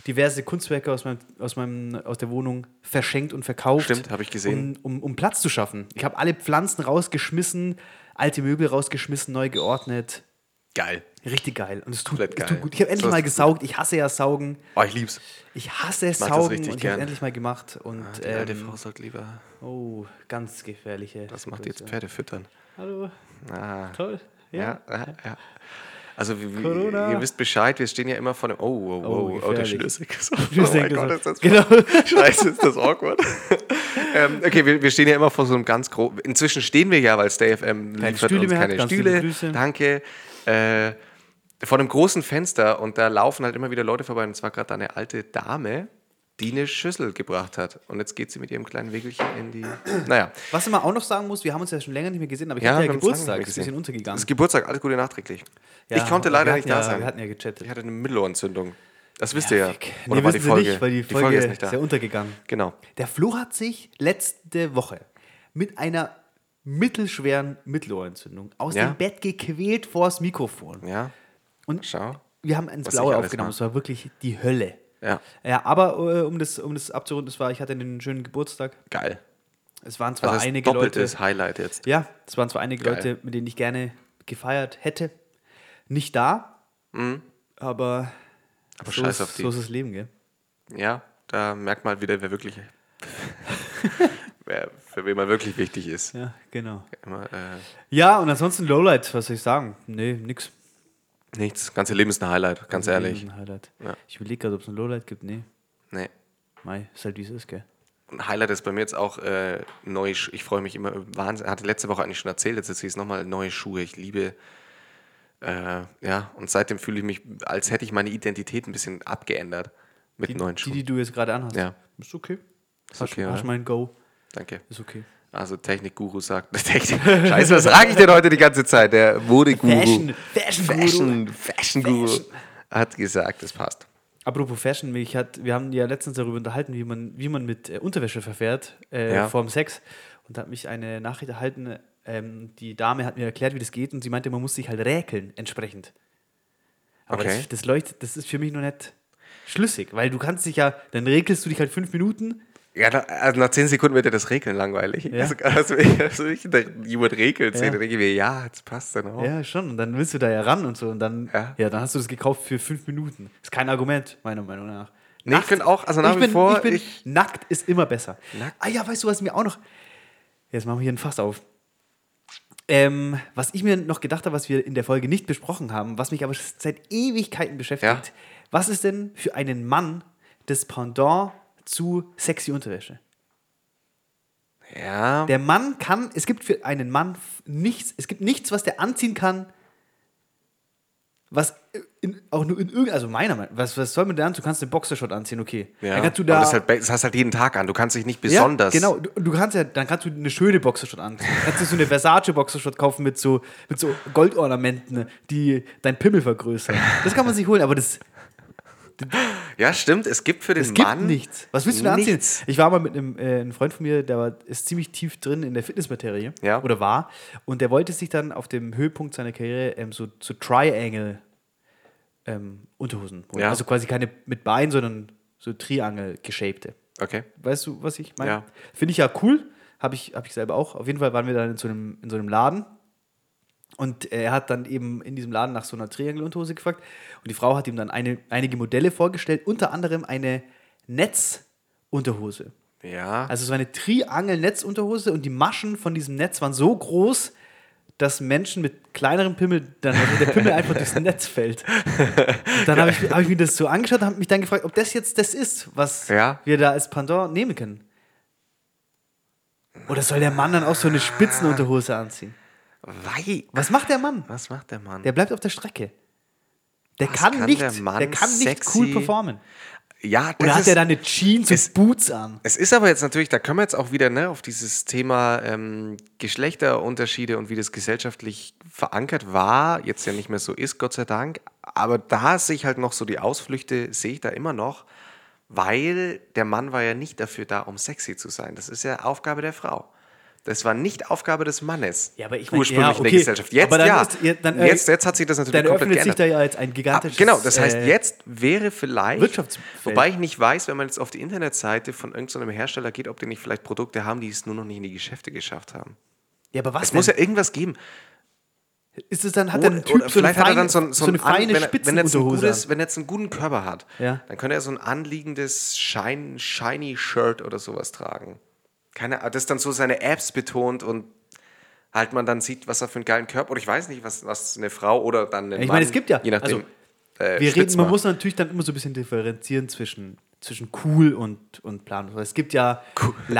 Speaker 4: diverse Kunstwerke aus, meinem, aus, meinem, aus der Wohnung verschenkt und verkauft.
Speaker 3: Stimmt, hab ich gesehen.
Speaker 4: Um, um, um Platz zu schaffen. Ich habe alle Pflanzen rausgeschmissen, alte Möbel rausgeschmissen, neu geordnet.
Speaker 3: Geil.
Speaker 4: Richtig geil. Und es tut,
Speaker 3: Komplett
Speaker 4: es
Speaker 3: geil.
Speaker 4: tut gut. Ich habe endlich
Speaker 3: So ist
Speaker 4: mal
Speaker 3: es gut.
Speaker 4: gesaugt. Ich hasse ja Saugen.
Speaker 3: Oh, ich lieb's.
Speaker 4: Ich hasse
Speaker 3: mag das
Speaker 4: Saugen
Speaker 3: richtig
Speaker 4: und ich habe
Speaker 3: gern. Ah,
Speaker 4: endlich mal gemacht. Und
Speaker 3: Die alte
Speaker 4: ähm,
Speaker 3: Frau sollte lieber.
Speaker 4: oh, ganz gefährliche.
Speaker 3: Was macht die
Speaker 4: Größe.
Speaker 3: jetzt Pferde füttern?
Speaker 4: Hallo,
Speaker 3: Ah.
Speaker 4: toll.
Speaker 3: Ja, ja, ja. Also, wie, wie,
Speaker 4: Corona.
Speaker 3: ihr wisst Bescheid, wir stehen ja immer vor dem. Oh, wow,
Speaker 4: Oh,
Speaker 3: wow, oh, der
Speaker 4: gefährlich.
Speaker 3: Schlüssel.
Speaker 4: [laughs] Schlüssel
Speaker 3: Oh mein Gott, ist das
Speaker 4: gesagt.
Speaker 3: [laughs]
Speaker 4: Genau.
Speaker 3: Scheiße, ist das awkward. ähm, okay, wir, wir stehen ja immer vor so einem ganz großen. Inzwischen stehen wir ja, weil StayFM liefert
Speaker 4: Stühle
Speaker 3: uns
Speaker 4: mehr hat,
Speaker 3: keine
Speaker 4: ganz liebe
Speaker 3: Stühle.
Speaker 4: Grüße.
Speaker 3: Danke. Äh, vor einem großen Fenster und da laufen halt immer wieder Leute vorbei. Und zwar gerade eine alte Dame, die eine Schüssel gebracht hat. Und jetzt geht sie mit ihrem kleinen Wägelchen in die. Naja.
Speaker 4: Was man auch noch sagen muss, wir haben uns ja schon länger nicht mehr gesehen, aber ich
Speaker 3: Ja,
Speaker 4: hatte
Speaker 3: wir
Speaker 4: ja
Speaker 3: haben's lange nicht mehr
Speaker 4: Geburtstag, ist ein bisschen
Speaker 3: gesehen.
Speaker 4: untergegangen.
Speaker 3: Das ist Geburtstag, alles Gute nachträglich.
Speaker 4: Ja,
Speaker 3: ich konnte
Speaker 4: aber wir
Speaker 3: leider
Speaker 4: hatten
Speaker 3: nicht
Speaker 4: ja,
Speaker 3: da sein.
Speaker 4: Wir hatten ja gechattet.
Speaker 3: Ich hatte eine Mittelohrentzündung. Das wisst ihr ja.
Speaker 4: Nee,
Speaker 3: war
Speaker 4: wissen Sie nicht, weil die Folge,
Speaker 3: ist nicht da.
Speaker 4: ist ja untergegangen.
Speaker 3: Genau.
Speaker 4: Der Flo hat sich letzte Woche mit einer mittelschweren Mittelohrentzündung aus
Speaker 3: Ja.
Speaker 4: dem Bett gequält vors Mikrofon.
Speaker 3: Ja,
Speaker 4: Und
Speaker 3: schau.
Speaker 4: wir haben ins
Speaker 3: Was ich
Speaker 4: Blaue
Speaker 3: alles
Speaker 4: aufgenommen.
Speaker 3: mag.
Speaker 4: Es war wirklich die Hölle.
Speaker 3: Ja,
Speaker 4: Ja, aber äh, um das, um das abzurunden, es war, ich hatte einen schönen Geburtstag.
Speaker 3: geil.
Speaker 4: Es waren zwar
Speaker 3: Also das
Speaker 4: einige
Speaker 3: doppelte
Speaker 4: Leute.
Speaker 3: Highlight jetzt.
Speaker 4: Ja, es waren zwar einige
Speaker 3: Geil.
Speaker 4: Leute, mit denen ich gerne gefeiert hätte. Nicht da, aber,
Speaker 3: Mhm. Aber
Speaker 4: so,
Speaker 3: scheiß
Speaker 4: ist,
Speaker 3: auf die.
Speaker 4: so ist das Leben, gell?
Speaker 3: Ja, da merkt man halt wieder, wer
Speaker 4: [laughs]
Speaker 3: wirklich, wer, für wen man wirklich wichtig ist.
Speaker 4: Ja, genau.
Speaker 3: Immer, äh,
Speaker 4: Ja, und ansonsten Lowlights, was soll ich sagen? Nee, nix.
Speaker 3: Nichts. Ganze Leben ist ein Highlight, ganz ehrlich.
Speaker 4: Ein Highlight.
Speaker 3: Ja.
Speaker 4: Ich überlege gerade, ob es ein Lowlight gibt. Nee.
Speaker 3: Nee.
Speaker 4: Mei, ist halt wie es ist, gell?
Speaker 3: Ein Highlight ist bei mir jetzt auch äh, neu. Ich freue mich immer wahnsinnig. Hatte letzte Woche eigentlich schon erzählt, jetzt erzähle ich es nochmal. Neue Schuhe. Ich liebe. Äh, ja, und seitdem fühle ich mich, als hätte ich meine Identität ein bisschen abgeändert mit
Speaker 4: Die,
Speaker 3: neuen
Speaker 4: die,
Speaker 3: Schuhen.
Speaker 4: die du jetzt gerade anhast.
Speaker 3: Ja.
Speaker 4: Ist okay.
Speaker 3: Ist
Speaker 4: hast
Speaker 3: okay,
Speaker 4: hast
Speaker 3: oder?
Speaker 4: mein Go.
Speaker 3: Danke.
Speaker 4: Ist okay.
Speaker 3: Also Technikguru sagt, [laughs] Technik, Scheiße, was sage ich denn heute die ganze Zeit? Der Modeguru,
Speaker 4: Fashion- Fashion-Guru.
Speaker 3: Fashion, Fashion-Guru hat gesagt, es passt.
Speaker 4: Apropos Fashion, mich hat, wir haben ja letztens darüber unterhalten, wie man, wie man mit äh, Unterwäsche verfährt äh,
Speaker 3: Ja.
Speaker 4: vorm Sex. Und da hat mich eine Nachricht erhalten, ähm, die Dame hat mir erklärt, wie das geht und sie meinte, man muss sich halt räkeln entsprechend. Aber
Speaker 3: Okay.
Speaker 4: das, das leuchtet, das ist für mich noch nicht schlüssig, weil du kannst dich ja, dann räkelst du dich halt fünf Minuten.
Speaker 3: Ja, na- also nach zehn Sekunden wird dir das Regeln langweilig. Also, also, also ich, da jemand regelt, ja.
Speaker 4: Ja.
Speaker 3: dann denke ich mir, ja, jetzt passt dann auch.
Speaker 4: Ja, schon. Und dann willst du da ja ran und so. Und dann,
Speaker 3: Ja.
Speaker 4: ja. dann hast du das gekauft für fünf Minuten. Ist kein Argument, meiner Meinung nach.
Speaker 3: Nee, ich find auch, also nach
Speaker 4: ich
Speaker 3: wie
Speaker 4: bin,
Speaker 3: vor,
Speaker 4: Ich bin,
Speaker 3: ich-
Speaker 4: nackt ist immer besser.
Speaker 3: Nackt.
Speaker 4: Ah ja, weißt du, was mir auch noch. Jetzt machen wir hier ein Fass auf. Ähm, was ich mir noch gedacht habe, was wir in der Folge nicht besprochen haben, was mich aber seit Ewigkeiten beschäftigt,
Speaker 3: Ja.
Speaker 4: was ist denn für einen Mann das Pendant zu sexy Unterwäsche?
Speaker 3: Ja,
Speaker 4: Der Mann kann, es gibt für einen Mann f- nichts, es gibt nichts, was der anziehen kann, was äh, in, auch nur in irgendeiner, also meiner Meinung nach, was, was soll man da anziehen? Du kannst den Boxershot anziehen, okay.
Speaker 3: ja.
Speaker 4: Dann kannst du
Speaker 3: Aber
Speaker 4: da,
Speaker 3: das, ist halt, be- das hast du halt jeden Tag an, du kannst dich nicht
Speaker 4: ja,
Speaker 3: besonders.
Speaker 4: Genau, du, du kannst ja, dann kannst du eine schöne Boxershot anziehen. Dann kannst du so eine Versace Boxershot kaufen mit so, mit so Goldornamenten, die dein Pimmel vergrößern. Das kann man sich holen, aber das,
Speaker 3: Ja, stimmt, es gibt für den
Speaker 4: Es gibt
Speaker 3: Mann
Speaker 4: nichts. Was willst du da anziehen?
Speaker 3: nichts.
Speaker 4: Ich war mal mit einem, äh, einem Freund von mir, der war, ist ziemlich tief drin in der Fitnessmaterie.
Speaker 3: Ja.
Speaker 4: Oder war. Und der wollte sich dann auf dem Höhepunkt seiner Karriere ähm, so, so Triangle ähm, Unterhosen holen.
Speaker 3: Ja.
Speaker 4: Also quasi keine mit Bein, sondern so Triangle geschäbte.
Speaker 3: Okay.
Speaker 4: Weißt du, was ich meine?
Speaker 3: Ja.
Speaker 4: Finde ich ja cool. Habe ich, hab ich selber auch. Auf jeden Fall waren wir dann in so einem, in so einem Laden. Und äh, er hat dann eben in diesem Laden nach so einer Triangelunterhose gefragt. Und die Frau hat ihm dann eine, einige Modelle vorgestellt, unter anderem eine Netzunterhose.
Speaker 3: Ja.
Speaker 4: Also so eine Triangel-Netzunterhose und die Maschen von diesem Netz waren so groß, dass Menschen mit kleineren Pimmel, dann also der Pimmel
Speaker 3: [laughs]
Speaker 4: einfach durchs Netz fällt. Und dann habe ich, hab ich mir das so angeschaut und habe mich dann gefragt, ob das jetzt das ist, was
Speaker 3: Ja.
Speaker 4: wir da als Pendant nehmen können. Oder soll der Mann dann auch so eine Spitzenunterhose anziehen?
Speaker 3: Wei.
Speaker 4: Was macht der Mann?
Speaker 3: Was macht der Mann?
Speaker 4: Der bleibt auf der Strecke. Der
Speaker 3: Was
Speaker 4: kann,
Speaker 3: kann
Speaker 4: nicht,
Speaker 3: der
Speaker 4: der,
Speaker 3: Mann
Speaker 4: kann nicht
Speaker 3: sexy-
Speaker 4: cool performen.
Speaker 3: ja, das
Speaker 4: Oder
Speaker 3: ist,
Speaker 4: hat er da eine Jeans
Speaker 3: es-
Speaker 4: und Boots an?
Speaker 3: Es ist aber jetzt natürlich, da können wir jetzt auch wieder ne, auf dieses Thema ähm, Geschlechterunterschiede und wie das gesellschaftlich verankert war, jetzt ja nicht mehr so ist, Gott sei Dank. Aber da sehe ich halt noch so die Ausflüchte, sehe ich da immer noch, weil der Mann war ja nicht dafür da, um sexy zu sein. Das ist ja Aufgabe der Frau. Das war nicht Aufgabe des Mannes.
Speaker 4: Ja, aber ich mein,
Speaker 3: ursprünglich
Speaker 4: ja,
Speaker 3: in der
Speaker 4: okay.
Speaker 3: Gesellschaft. Jetzt
Speaker 4: Aber dann
Speaker 3: ja.
Speaker 4: ist- ja, dann, äh,
Speaker 3: jetzt, jetzt hat sich das natürlich Also
Speaker 4: Dann
Speaker 3: komplett geändert.
Speaker 4: öffnet sich da ja jetzt ein
Speaker 3: Ah,
Speaker 4: gigantisches.
Speaker 3: Genau, das heißt,
Speaker 4: äh,
Speaker 3: jetzt wäre vielleicht,
Speaker 4: Wirtschaftsfeld.
Speaker 3: wobei ich nicht weiß, wenn man jetzt auf die Internetseite von irgendeinem Hersteller geht, ob die nicht vielleicht Produkte haben, die es nur noch nicht in die Geschäfte geschafft haben.
Speaker 4: Ja, aber was
Speaker 3: Es muss ja
Speaker 4: denn?
Speaker 3: irgendwas geben.
Speaker 4: ist es dann, hat dann ein Typ so eine
Speaker 3: vielleicht hat er dann
Speaker 4: feine,
Speaker 3: so, ein- so,
Speaker 4: so eine
Speaker 3: ein An-
Speaker 4: feine
Speaker 3: wenn, er- wenn, er jetzt ein
Speaker 4: Spitzenunterhose
Speaker 3: gutes,
Speaker 4: an?
Speaker 3: wenn er jetzt einen guten Körper hat,
Speaker 4: Ja.
Speaker 3: dann könnte er so ein anliegendes Shine, shiny Shirt oder sowas tragen. Keine Ahnung, das dann so seine Abs betont und halt man dann sieht, was er für einen geilen Körper oder ich weiß nicht, was, was eine Frau oder dann ein
Speaker 4: Ich
Speaker 3: Mann,
Speaker 4: meine, es gibt ja-
Speaker 3: je nachdem.
Speaker 4: also,
Speaker 3: äh,
Speaker 4: Wir
Speaker 3: spitz
Speaker 4: reden, man
Speaker 3: macht.
Speaker 4: muss natürlich dann immer so ein bisschen differenzieren zwischen, zwischen cool und, und planlos. Es gibt ja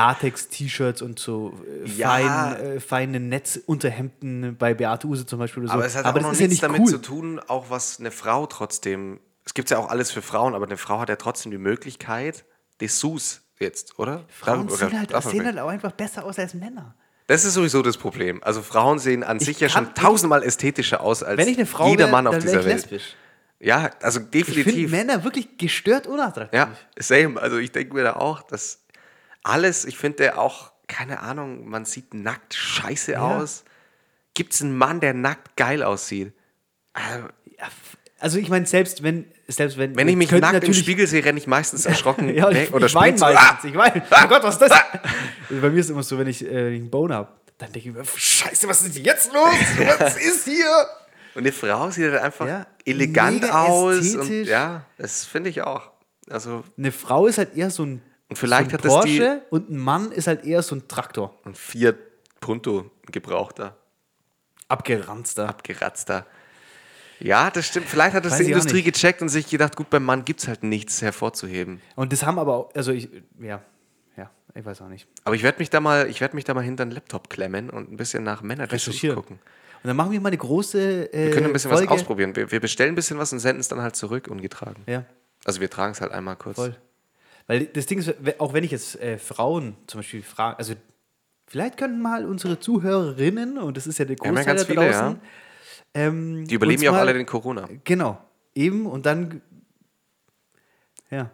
Speaker 4: Latex-T-Shirts und so äh,
Speaker 3: Ja.
Speaker 4: fein, äh, feine Netzunterhemden bei Beate Use zum Beispiel. Oder so.
Speaker 3: Aber es hat auch
Speaker 4: das
Speaker 3: noch
Speaker 4: ist
Speaker 3: nichts
Speaker 4: ja nicht
Speaker 3: damit
Speaker 4: cool.
Speaker 3: zu tun, auch was eine Frau trotzdem. Es gibt ja auch alles für Frauen, aber eine Frau hat ja trotzdem die Möglichkeit, Dessous jetzt, oder?
Speaker 4: Frauen
Speaker 3: Darüber-
Speaker 4: sehen halt,
Speaker 3: davon
Speaker 4: sehen
Speaker 3: reden.
Speaker 4: halt auch einfach besser aus als Männer.
Speaker 3: das ist sowieso das Problem. Also Frauen sehen an sich ja
Speaker 4: kann-
Speaker 3: schon tausendmal ästhetischer aus als
Speaker 4: Wenn ich eine Frau
Speaker 3: jeder
Speaker 4: wär,
Speaker 3: Mann auf
Speaker 4: dann wär
Speaker 3: dieser
Speaker 4: ich
Speaker 3: Welt.
Speaker 4: lesbisch.
Speaker 3: Ja, also
Speaker 4: Ich finde
Speaker 3: definitiv.
Speaker 4: Männer wirklich gestört unattraktiv.
Speaker 3: ja, same. Also ich denke mir da auch, dass alles, ich finde auch, keine Ahnung, man sieht nackt scheiße aus. Gibt es einen Mann, der nackt geil aussieht? Also,
Speaker 4: Ja, f- Also ich meine, selbst wenn, selbst wenn.
Speaker 3: Wenn ich mich
Speaker 4: könnten
Speaker 3: nackt im
Speaker 4: natürlich-
Speaker 3: Spiegel sehe, renne ich meistens
Speaker 4: [laughs]
Speaker 3: erschrocken
Speaker 4: ja,
Speaker 3: weg
Speaker 4: ich,
Speaker 3: oder
Speaker 4: ich weine
Speaker 3: springe so.
Speaker 4: meistens.
Speaker 3: Ah!
Speaker 4: Ich weine. Oh Gott, was ist das? Bei mir ist immer so, wenn ich, äh, wenn ich einen Bone habe, dann denke ich mir, "Pff, scheiße, was ist denn jetzt los? [laughs] Was ist hier?
Speaker 3: Und eine Frau sieht halt einfach
Speaker 4: Ja,
Speaker 3: elegant
Speaker 4: mega
Speaker 3: aus. Und,
Speaker 4: ästhetisch.
Speaker 3: ja, das finde ich auch. Also,
Speaker 4: Eine Frau ist halt eher so ein,
Speaker 3: Und vielleicht
Speaker 4: so ein
Speaker 3: hat das die-
Speaker 4: Porsche und ein Mann ist halt eher so ein Traktor.
Speaker 3: ein Fiat Punto, ein gebrauchter,
Speaker 4: Abgeranzter.
Speaker 3: abgeratzter. Ja, das stimmt. Vielleicht hat das
Speaker 4: Weiß
Speaker 3: die
Speaker 4: ich auch
Speaker 3: Industrie
Speaker 4: nicht.
Speaker 3: gecheckt und sich gedacht, gut, beim Mann gibt es halt nichts hervorzuheben.
Speaker 4: Und das haben aber auch, also ich, ja, ja, ich weiß auch nicht.
Speaker 3: Aber ich werde mich da mal, ich werde mich da mal hinter den Laptop klemmen und ein bisschen nach Männerrecherche gucken.
Speaker 4: Und dann machen wir mal eine große. Äh,
Speaker 3: Wir können ein bisschen
Speaker 4: Folge.
Speaker 3: was ausprobieren. Wir, wir bestellen ein bisschen was und senden es dann halt zurück ungetragen.
Speaker 4: Ja,
Speaker 3: Also wir tragen es halt einmal kurz.
Speaker 4: voll. Weil das Ding ist, we- auch wenn ich jetzt äh, Frauen zum Beispiel frage, also vielleicht könnten mal unsere Zuhörerinnen, und das ist ja der
Speaker 3: haben ja
Speaker 4: Großteil
Speaker 3: ganz
Speaker 4: da
Speaker 3: viele, ja.
Speaker 4: draußen, ähm,
Speaker 3: Die überleben
Speaker 4: uns
Speaker 3: ja auch
Speaker 4: mal-
Speaker 3: alle den Corona.
Speaker 4: Genau, eben und dann. Ja.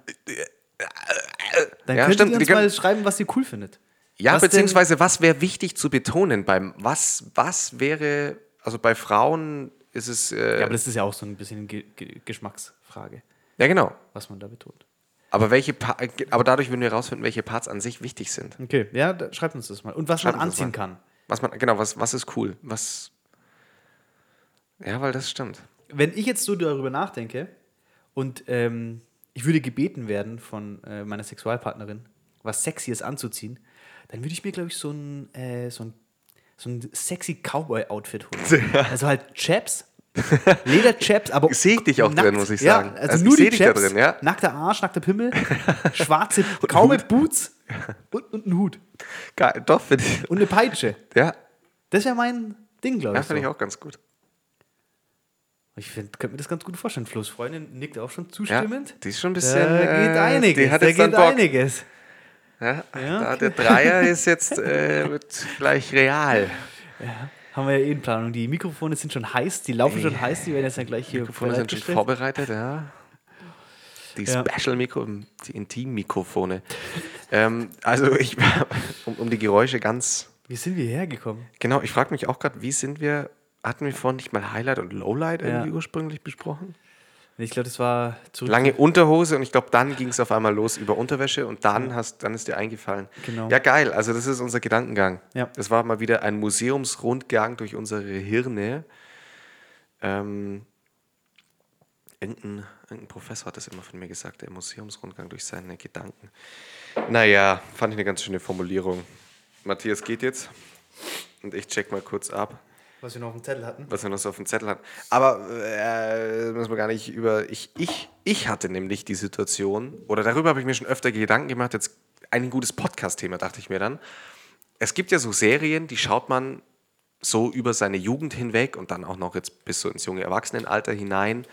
Speaker 4: Dann
Speaker 3: Ja,
Speaker 4: könnt
Speaker 3: stimmt,
Speaker 4: ihr
Speaker 3: die
Speaker 4: uns
Speaker 3: können-
Speaker 4: mal schreiben, was ihr cool findet.
Speaker 3: Ja,
Speaker 4: was denn-
Speaker 3: beziehungsweise was wäre wichtig zu betonen beim was, was wäre, also bei Frauen ist es. Äh,
Speaker 4: Ja,
Speaker 3: ja,
Speaker 4: aber das ist ja auch so ein bisschen Ge Ge Geschmacksfrage,
Speaker 3: genau.
Speaker 4: was man da betont.
Speaker 3: Aber welche Pa- aber dadurch würden wir herausfinden, welche Parts an sich wichtig sind.
Speaker 4: Okay, ja, da, schreibt uns das mal. Und was man
Speaker 3: uns das
Speaker 4: anziehen
Speaker 3: mal.
Speaker 4: kann.
Speaker 3: Was man, genau, was, was ist cool? Was. Ja, weil das stimmt.
Speaker 4: Wenn ich jetzt so darüber nachdenke und ähm, ich würde gebeten werden von äh, meiner Sexualpartnerin, was Sexyes anzuziehen, dann würde ich mir, glaube ich, so ein, äh, so ein, so ein sexy Cowboy-Outfit
Speaker 3: [laughs]
Speaker 4: holen. Also halt Chaps, Lederchaps, aber.
Speaker 3: Seh ich dich auch drin, muss ich sagen.
Speaker 4: Ja, also,
Speaker 3: Also ich
Speaker 4: nur
Speaker 3: seh
Speaker 4: die
Speaker 3: dich da
Speaker 4: Chaps,
Speaker 3: drin, ja.
Speaker 4: nackter Arsch,
Speaker 3: [laughs]
Speaker 4: nackter Pimmel, schwarze Cowboy-Boots und, und einen Hut
Speaker 3: Geil, doch, finde ich.
Speaker 4: und eine Peitsche.
Speaker 3: Ja,
Speaker 4: Das wäre mein Ding, glaube
Speaker 3: ja
Speaker 4: ich. so.
Speaker 3: finde ich auch ganz gut.
Speaker 4: Ich find, könnte mir das ganz gut vorstellen. Flo's Freundin nickt auch schon
Speaker 3: Ja,
Speaker 4: zustimmend.
Speaker 3: die ist schon ein bisschen.
Speaker 4: Da geht
Speaker 3: äh,
Speaker 4: einiges.
Speaker 3: Die hat
Speaker 4: da
Speaker 3: jetzt dann
Speaker 4: geht
Speaker 3: Bock.
Speaker 4: einiges.
Speaker 3: Ja,
Speaker 4: Ja,
Speaker 3: da, Der
Speaker 4: [laughs]
Speaker 3: Dreier ist jetzt äh, wird gleich real.
Speaker 4: Haben wir ja eh in Planung. Die Mikrofone sind schon heiß, die laufen schon heiß, die werden jetzt dann gleich hier
Speaker 3: Mikrofone sind schon
Speaker 4: bereitgestellt.
Speaker 3: vorbereitet, ja. Die
Speaker 4: Ja.
Speaker 3: Special-Mikro, die Intim-Mikrofone. ähm, also ich, [laughs] um, um die Geräusche ganz,
Speaker 4: Wie sind wir hergekommen?
Speaker 3: genau, ich frage mich auch gerade, wie sind wir, hatten wir vorhin nicht mal Highlight und Lowlight irgendwie
Speaker 4: Ja.
Speaker 3: ursprünglich besprochen?
Speaker 4: Ich glaube, das war zurück.
Speaker 3: Lange Unterhose und ich glaube, dann ging es auf einmal los über Unterwäsche und dann, hast, dann ist dir eingefallen.
Speaker 4: Genau.
Speaker 3: Ja, geil, also das ist unser Gedankengang.
Speaker 4: Ja.
Speaker 3: Das war mal wieder ein Museumsrundgang durch unsere Hirne. Ähm, irgendein, irgendein Professor hat das immer von mir gesagt, der Museumsrundgang durch seine Gedanken. Naja, fand ich eine ganz schöne Formulierung. Matthias geht jetzt und ich check mal kurz ab
Speaker 4: Was wir noch auf dem Zettel hatten.
Speaker 3: was wir noch so auf dem Zettel hatten. Aber äh, müssen wir gar nicht über. Ich, ich, ich hatte nämlich die Situation, oder darüber habe ich mir schon öfter Gedanken gemacht, jetzt ein gutes Podcast-Thema, dachte ich mir dann. Es gibt ja so Serien, die schaut man so über seine Jugend hinweg und dann auch noch jetzt bis so ins junge Erwachsenenalter hinein.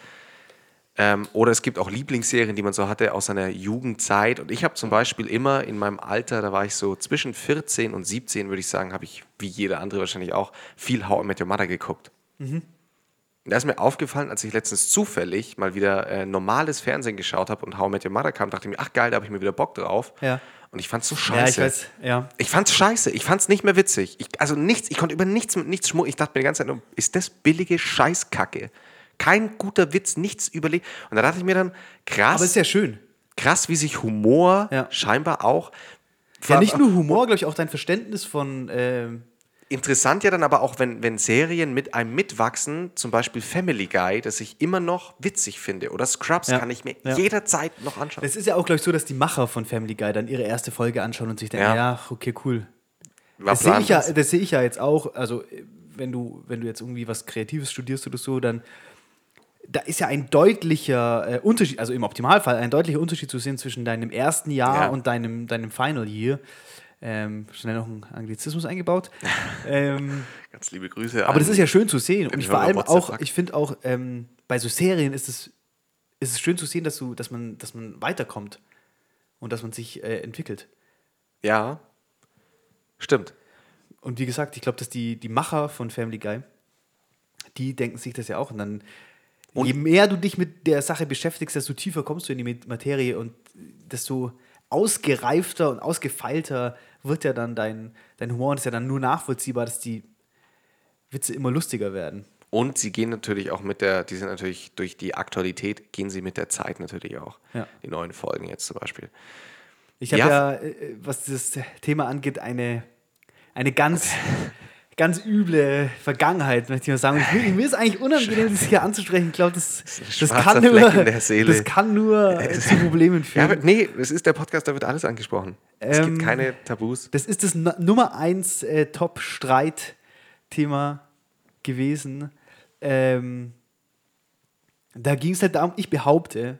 Speaker 3: Ähm, oder es gibt auch Lieblingsserien, die man so hatte aus seiner Jugendzeit. Und ich habe zum Beispiel immer in meinem Alter, da war ich so zwischen 14 und 17, würde ich sagen, habe ich, wie jeder andere wahrscheinlich auch, viel How I Met Your Mother geguckt.
Speaker 4: Mhm.
Speaker 3: Da ist mir aufgefallen, als ich letztens zufällig mal wieder äh, normales Fernsehen geschaut habe und How I Met Your Mother kam, dachte ich mir, ach geil, da habe ich mir wieder Bock drauf.
Speaker 4: Ja.
Speaker 3: Und ich fand's so
Speaker 4: Ja, ich
Speaker 3: scheiße.
Speaker 4: weiß. Ja.
Speaker 3: Ich fand's scheiße. Ich fand's nicht mehr witzig. Ich, also nichts, ich konnte über nichts mit nichts schmucken. Ich dachte mir die ganze Zeit, nur, ist das billige Scheißkacke? Kein guter Witz, nichts überlegt. Und da dachte ich mir dann, krass,
Speaker 4: Aber ist ja schön.
Speaker 3: krass, wie sich Humor
Speaker 4: Ja.
Speaker 3: scheinbar auch.
Speaker 4: Ja, nicht nur Humor, glaube ich, auch dein Verständnis von. Ähm,
Speaker 3: Interessant ja dann aber auch, wenn, wenn Serien mit einem mitwachsen, zum Beispiel Family Guy, das ich immer noch witzig finde. Oder Scrubs
Speaker 4: Ja.
Speaker 3: kann ich mir
Speaker 4: Ja.
Speaker 3: jederzeit noch anschauen.
Speaker 4: es ist ja auch, glaube ich, so, dass die Macher von Family Guy dann ihre erste Folge anschauen und sich denken:
Speaker 3: Ja.
Speaker 4: ja, okay, cool.
Speaker 3: War
Speaker 4: Das sehe
Speaker 3: Plan
Speaker 4: ich, ja,
Speaker 3: das?
Speaker 4: das sehe ich ja jetzt auch. Also, äh, wenn du, wenn du jetzt irgendwie was Kreatives studierst oder so, dann da ist ja ein deutlicher äh, Unterschied, also im Optimalfall ein deutlicher Unterschied zu sehen zwischen deinem ersten Jahr
Speaker 3: Ja.
Speaker 4: und deinem, deinem Final Year. Ähm, schnell noch ein Anglizismus eingebaut. ähm,
Speaker 3: Ganz liebe Grüße.
Speaker 4: aber das ist ja schön zu sehen. Und
Speaker 3: Wenn
Speaker 4: ich
Speaker 3: wir
Speaker 4: vor
Speaker 3: über
Speaker 4: allem
Speaker 3: WhatsApp
Speaker 4: auch,
Speaker 3: packen.
Speaker 4: ich finde auch, ähm, bei so Serien ist es, ist es schön zu sehen, dass du, dass man, dass man weiterkommt und dass man sich äh, entwickelt.
Speaker 3: Ja. Stimmt.
Speaker 4: Und wie gesagt, ich glaube, dass die, die Macher von Family Guy, die denken sich das ja auch. Und dann, je mehr du dich mit der Sache beschäftigst, desto tiefer kommst du in die Met- Materie und desto ausgereifter und ausgefeilter wird ja dann dein, dein Humor. Und es ist ja dann nur nachvollziehbar, dass die Witze immer lustiger werden.
Speaker 3: Und sie gehen natürlich auch mit der, die sind natürlich durch die Aktualität, gehen sie mit der Zeit natürlich auch.
Speaker 4: Ja.
Speaker 3: Die neuen Folgen jetzt zum Beispiel.
Speaker 4: Ich habe
Speaker 3: Ja.
Speaker 4: ja, äh, was dieses Thema angeht, eine, eine ganz, [laughs] ganz üble Vergangenheit, möchte ich mal sagen. Ich, mir- mir ist eigentlich unangenehm, das hier anzusprechen. Ich glaube, das,
Speaker 3: ist ein
Speaker 4: das,
Speaker 3: schwarzer
Speaker 4: kann nur,
Speaker 3: Fleck in der Seele.
Speaker 4: das
Speaker 3: [laughs]
Speaker 4: kann nur äh, zu Problemen
Speaker 3: Ja, aber
Speaker 4: führen.
Speaker 3: nee, es ist der Podcast, da wird alles angesprochen. es
Speaker 4: Ähm,
Speaker 3: gibt keine Tabus.
Speaker 4: Das ist das Nu- Nummer 1 äh, Top-Streit-Thema gewesen. Ähm, Da ging es halt darum, ich behaupte,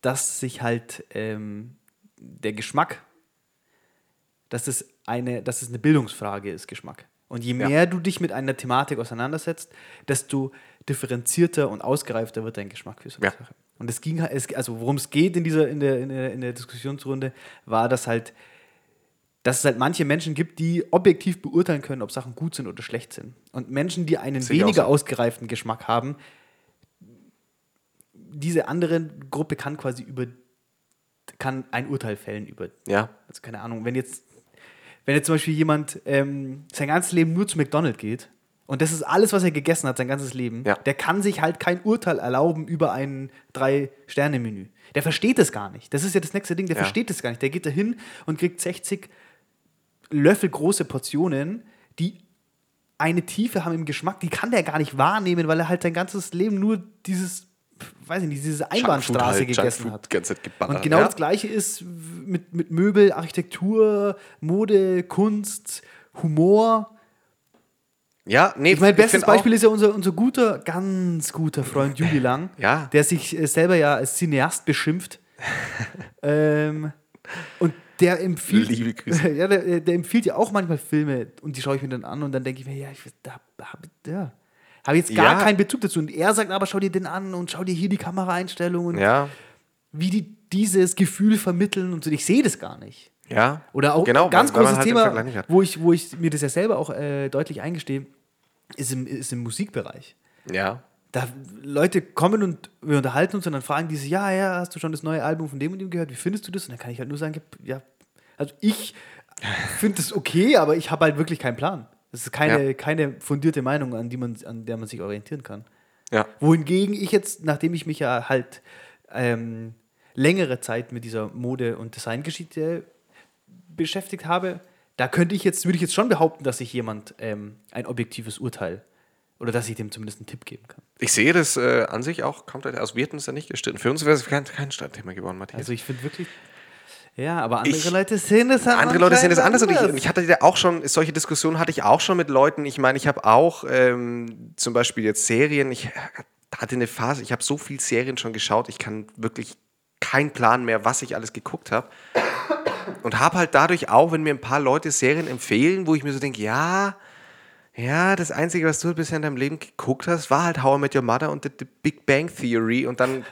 Speaker 4: dass sich halt ähm, der Geschmack, dass es, eine, dass es eine Bildungsfrage ist, Geschmack. Und je mehr du dich mit einer Thematik auseinandersetzt, desto differenzierter und ausgereifter wird dein Geschmack für so eine
Speaker 3: Ja.
Speaker 4: Sache. Und es ging, halt- es, also worum es geht in dieser, in der, in der, in der Diskussionsrunde, war, dass halt, dass es halt manche Menschen gibt, die objektiv beurteilen können, ob Sachen gut sind oder schlecht sind. Und Menschen, die einen
Speaker 3: Sehe ich auch
Speaker 4: weniger
Speaker 3: so.
Speaker 4: ausgereiften Geschmack haben, diese andere Gruppe kann quasi über, kann ein Urteil fällen über
Speaker 3: Ja,
Speaker 4: also keine Ahnung, wenn jetzt, wenn jetzt zum Beispiel jemand ähm, sein ganzes Leben nur zu McDonald's geht und das ist alles, was er gegessen hat, sein ganzes Leben,
Speaker 3: Ja.
Speaker 4: der kann sich halt kein Urteil erlauben über ein Drei-Sterne-Menü. Der versteht es gar nicht. Das ist ja das nächste Ding, der
Speaker 3: Ja.
Speaker 4: versteht es gar nicht. Der geht da hin und kriegt 60 Löffel große Portionen, die eine Tiefe haben im Geschmack, die kann der gar nicht wahrnehmen, weil er halt sein ganzes Leben nur dieses, pf, weiß ich nicht, diese Einbahnstraße
Speaker 3: halt,
Speaker 4: gegessen
Speaker 3: Junkfood
Speaker 4: hat.
Speaker 3: die ganze Zeit geballert,
Speaker 4: Und genau
Speaker 3: ja.
Speaker 4: das Gleiche ist w- mit, mit Möbel, Architektur, Mode, Kunst, Humor.
Speaker 3: ja, nee,
Speaker 4: Ich mein bestes
Speaker 3: find
Speaker 4: Beispiel
Speaker 3: auch,
Speaker 4: ist ja unser, unser guter, ganz guter Freund Juli Lang,
Speaker 3: [laughs] Ja.
Speaker 4: der sich äh, selber ja als
Speaker 3: [laughs]
Speaker 4: Cineast beschimpft. ähm, und der empfiehlt,
Speaker 3: Liebe Grüße.
Speaker 4: [laughs] Ja, der, der empfiehlt ja auch manchmal Filme und die schaue ich mir dann an und dann denke ich mir, ja, ich, da habe ja, hab jetzt gar
Speaker 3: Ja.
Speaker 4: keinen Bezug dazu. Und er sagt aber, schau dir den an und schau dir hier die Kameraeinstellung und
Speaker 3: Ja,
Speaker 4: wie die dieses Gefühl vermitteln und so. Ich sehe das gar nicht.
Speaker 3: ja.
Speaker 4: Oder auch ein ganz
Speaker 3: weil- weil man
Speaker 4: großes
Speaker 3: halt den Vergleich nicht
Speaker 4: Thema,
Speaker 3: hat.
Speaker 4: wo ich, wo ich mir das ja selber auch äh, deutlich eingestehe, ist im, ist im Musikbereich.
Speaker 3: Ja,
Speaker 4: Da Leute kommen und wir unterhalten uns und dann fragen die sich, ja, ja, hast du schon das neue Album von dem und dem gehört? Wie findest du das? Und dann kann ich halt nur sagen, ja, also
Speaker 3: [laughs]
Speaker 4: ich finde das okay, aber ich habe halt wirklich keinen Plan. Das ist keine,
Speaker 3: Ja.
Speaker 4: keine fundierte Meinung, an, die man, an der man sich orientieren kann.
Speaker 3: ja.
Speaker 4: Wohingegen ich jetzt, nachdem ich mich ja halt ähm, längere Zeit mit dieser Mode- und Designgeschichte beschäftigt habe, da könnte ich jetzt, würde ich jetzt schon behaupten, dass ich jemand ähm, ein objektives Urteil oder dass ich dem zumindest einen Tipp geben kann.
Speaker 3: Ich sehe das äh, an sich auch komplett aus. Wir hätten es ja nicht gestritten. Für uns wäre es kein, kein Streitthema geworden, Matthias.
Speaker 4: Also ich finde wirklich. Ja, aber andere
Speaker 3: Ich-
Speaker 4: Leute sehen das halt
Speaker 3: andere Leute sehen das
Speaker 4: anscheinend
Speaker 3: anders. Und ich, und ich hatte ja auch schon, solche Diskussionen hatte ich auch schon mit Leuten. Ich meine, ich habe auch ähm, zum Beispiel jetzt Serien. Ich hatte eine Phase, ich habe so viel Serien schon geschaut, ich kann wirklich keinen Plan mehr, was ich alles geguckt habe. Und habe halt dadurch auch, wenn mir ein paar Leute Serien empfehlen, wo ich mir so denke, ja, ja, das Einzige, was du bisher in deinem Leben geguckt hast, war halt How I Met Your Mother und The, The Big Bang Theory. Und dann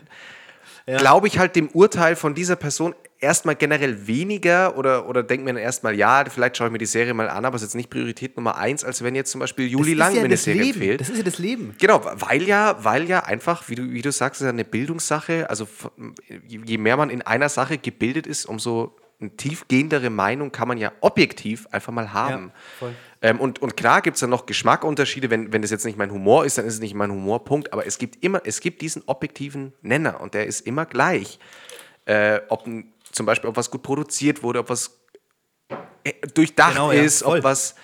Speaker 3: glaube ich halt dem Urteil von dieser Person erstmal generell weniger oder, oder denke mir dann erstmal, ja, vielleicht schaue ich mir die Serie mal an, aber es ist jetzt nicht Priorität Nummer eins, als wenn jetzt zum Beispiel
Speaker 4: Das
Speaker 3: Juli
Speaker 4: ist
Speaker 3: Lang
Speaker 4: ja
Speaker 3: mir eine
Speaker 4: das
Speaker 3: Serie
Speaker 4: Leben.
Speaker 3: empfiehlt.
Speaker 4: Das ist ja das Leben.
Speaker 3: Genau, weil ja, weil ja einfach, wie du, wie du sagst, ist ja eine Bildungssache. Also f- je je mehr man in einer Sache gebildet ist, umso eine tiefgehendere Meinung kann man ja objektiv einfach mal haben.
Speaker 4: voll.
Speaker 3: ähm, und, und klar gibt es dann noch Geschmackunterschiede. Wenn, wenn das jetzt nicht mein Humor ist, dann ist es nicht mein Humorpunkt. Aber es gibt immer, es gibt diesen objektiven Nenner und der ist immer gleich. Äh, ob ein, zum Beispiel, ob was gut produziert wurde, ob was äh, durchdacht
Speaker 4: Genau, ja,
Speaker 3: ist,
Speaker 4: voll.
Speaker 3: ob was.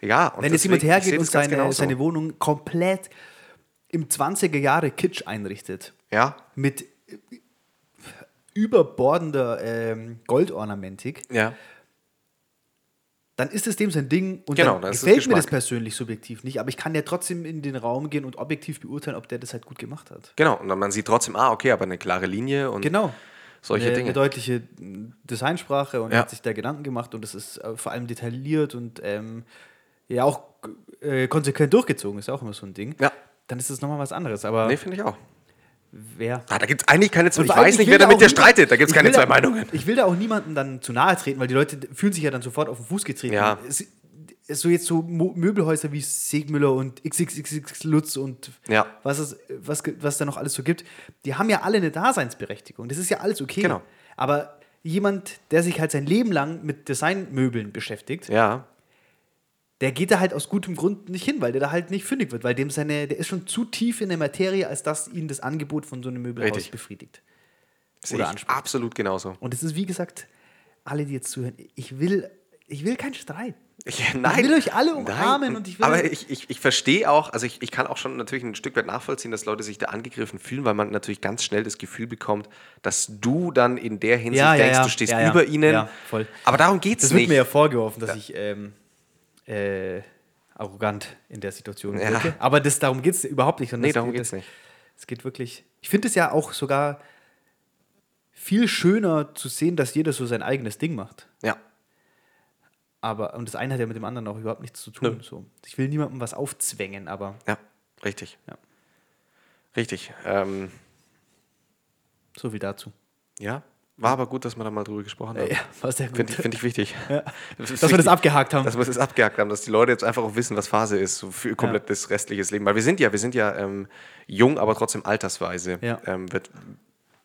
Speaker 3: Ja, und
Speaker 4: Wenn jetzt jemand
Speaker 3: deswegen- ich
Speaker 4: hergeht
Speaker 3: sehe
Speaker 4: und
Speaker 3: das ganz
Speaker 4: seine,
Speaker 3: genauso.
Speaker 4: seine Wohnung komplett im 20er Jahre Kitsch einrichtet,
Speaker 3: Ja,
Speaker 4: mit äh, überbordender ähm, Goldornamentik,
Speaker 3: ja.
Speaker 4: dann ist es dem sein Ding und
Speaker 3: Genau,
Speaker 4: dann
Speaker 3: dann ist es
Speaker 4: gefällt mir das
Speaker 3: Geschmack.
Speaker 4: persönlich subjektiv nicht, aber ich kann ja trotzdem in den Raum gehen und objektiv beurteilen, ob der das halt gut gemacht hat.
Speaker 3: Genau, und dann man sieht trotzdem, ah, okay, aber eine klare Linie und
Speaker 4: Genau.
Speaker 3: solche
Speaker 4: eine,
Speaker 3: Dinge.
Speaker 4: Eine deutliche mh, Designsprache und
Speaker 3: Ja.
Speaker 4: hat sich da Gedanken gemacht und es ist äh, vor allem detailliert und ähm, ja auch äh, konsequent durchgezogen, ist auch immer so ein Ding.
Speaker 3: Ja.
Speaker 4: Dann ist es nochmal was anderes, aber
Speaker 3: Nee, finde ich auch.
Speaker 4: wer.
Speaker 3: Ah, da gibt es eigentlich keine zwei.
Speaker 4: Und
Speaker 3: Ich
Speaker 4: vor allem,
Speaker 3: weiß nicht,
Speaker 4: Also will
Speaker 3: wer da
Speaker 4: auch
Speaker 3: mit dir
Speaker 4: niemand-
Speaker 3: streitet. Da gibt es
Speaker 4: ich
Speaker 3: keine
Speaker 4: will
Speaker 3: zwei
Speaker 4: da-
Speaker 3: Meinungen.
Speaker 4: Ich will da auch niemanden dann zu nahe treten, weil die Leute fühlen sich ja dann sofort auf den Fuß getreten.
Speaker 3: Ja.
Speaker 4: Es, es so jetzt so Mo Möbelhäuser wie Segmüller und XXXX Lutz und
Speaker 3: Ja.
Speaker 4: was, es, was, ge- was da noch alles so gibt, die haben ja alle eine Daseinsberechtigung. Das ist ja alles okay.
Speaker 3: Genau.
Speaker 4: Aber jemand, der sich halt sein Leben lang mit Designmöbeln beschäftigt,
Speaker 3: Ja,
Speaker 4: der geht da halt aus gutem Grund nicht hin, weil der da halt nicht fündig wird, weil dem seine, der ist schon zu tief in der Materie, als dass ihn das Angebot von so einem Möbelhaus
Speaker 3: Richtig.
Speaker 4: befriedigt.
Speaker 3: sehe
Speaker 4: Oder
Speaker 3: ich
Speaker 4: Anspruch.
Speaker 3: absolut genauso.
Speaker 4: Und es ist wie gesagt, alle, die jetzt zuhören, ich will, ich will keinen Streit.
Speaker 3: Ich, nein,
Speaker 4: will euch alle umarmen und ich will-
Speaker 3: Aber ich, ich, ich verstehe auch, also ich, ich kann auch schon natürlich ein Stück weit nachvollziehen, dass Leute sich da angegriffen fühlen, weil man natürlich ganz schnell das Gefühl bekommt, dass du dann in der Hinsicht
Speaker 4: Ja, ja,
Speaker 3: denkst,
Speaker 4: ja.
Speaker 3: du stehst
Speaker 4: Ja, ja.
Speaker 3: über ihnen.
Speaker 4: Ja, voll.
Speaker 3: Aber darum geht es
Speaker 4: Das wird
Speaker 3: nicht.
Speaker 4: mir ja vorgeworfen, dass ich ähm, äh, arrogant in der Situation
Speaker 3: Ja.
Speaker 4: wirke. Aber das, darum geht es überhaupt nicht.
Speaker 3: Nee,
Speaker 4: sondern das-
Speaker 3: darum
Speaker 4: das-
Speaker 3: geht's nicht.
Speaker 4: Es geht wirklich. Ich finde es ja auch sogar viel schöner zu sehen, dass jeder so sein eigenes Ding macht.
Speaker 3: Ja.
Speaker 4: Aber, und das eine hat ja mit dem anderen auch überhaupt nichts zu tun.
Speaker 3: Nö.
Speaker 4: So. Ich will niemandem was aufzwängen, aber
Speaker 3: Ja, richtig.
Speaker 4: Ja.
Speaker 3: Richtig. Ähm,
Speaker 4: so viel dazu.
Speaker 3: ja, war aber gut, dass wir da mal drüber gesprochen haben.
Speaker 4: war sehr gut.
Speaker 3: Finde ich, finde ich wichtig. [laughs]
Speaker 4: dass wir das abgehakt haben.
Speaker 3: Dass wir das abgehakt haben, dass die Leute jetzt einfach auch wissen, was Phase ist, so für ihr komplettes restliches Leben. Weil wir sind ja, wir sind ja ähm, jung, aber trotzdem altersweise.
Speaker 4: Ja.
Speaker 3: Ähm, wird,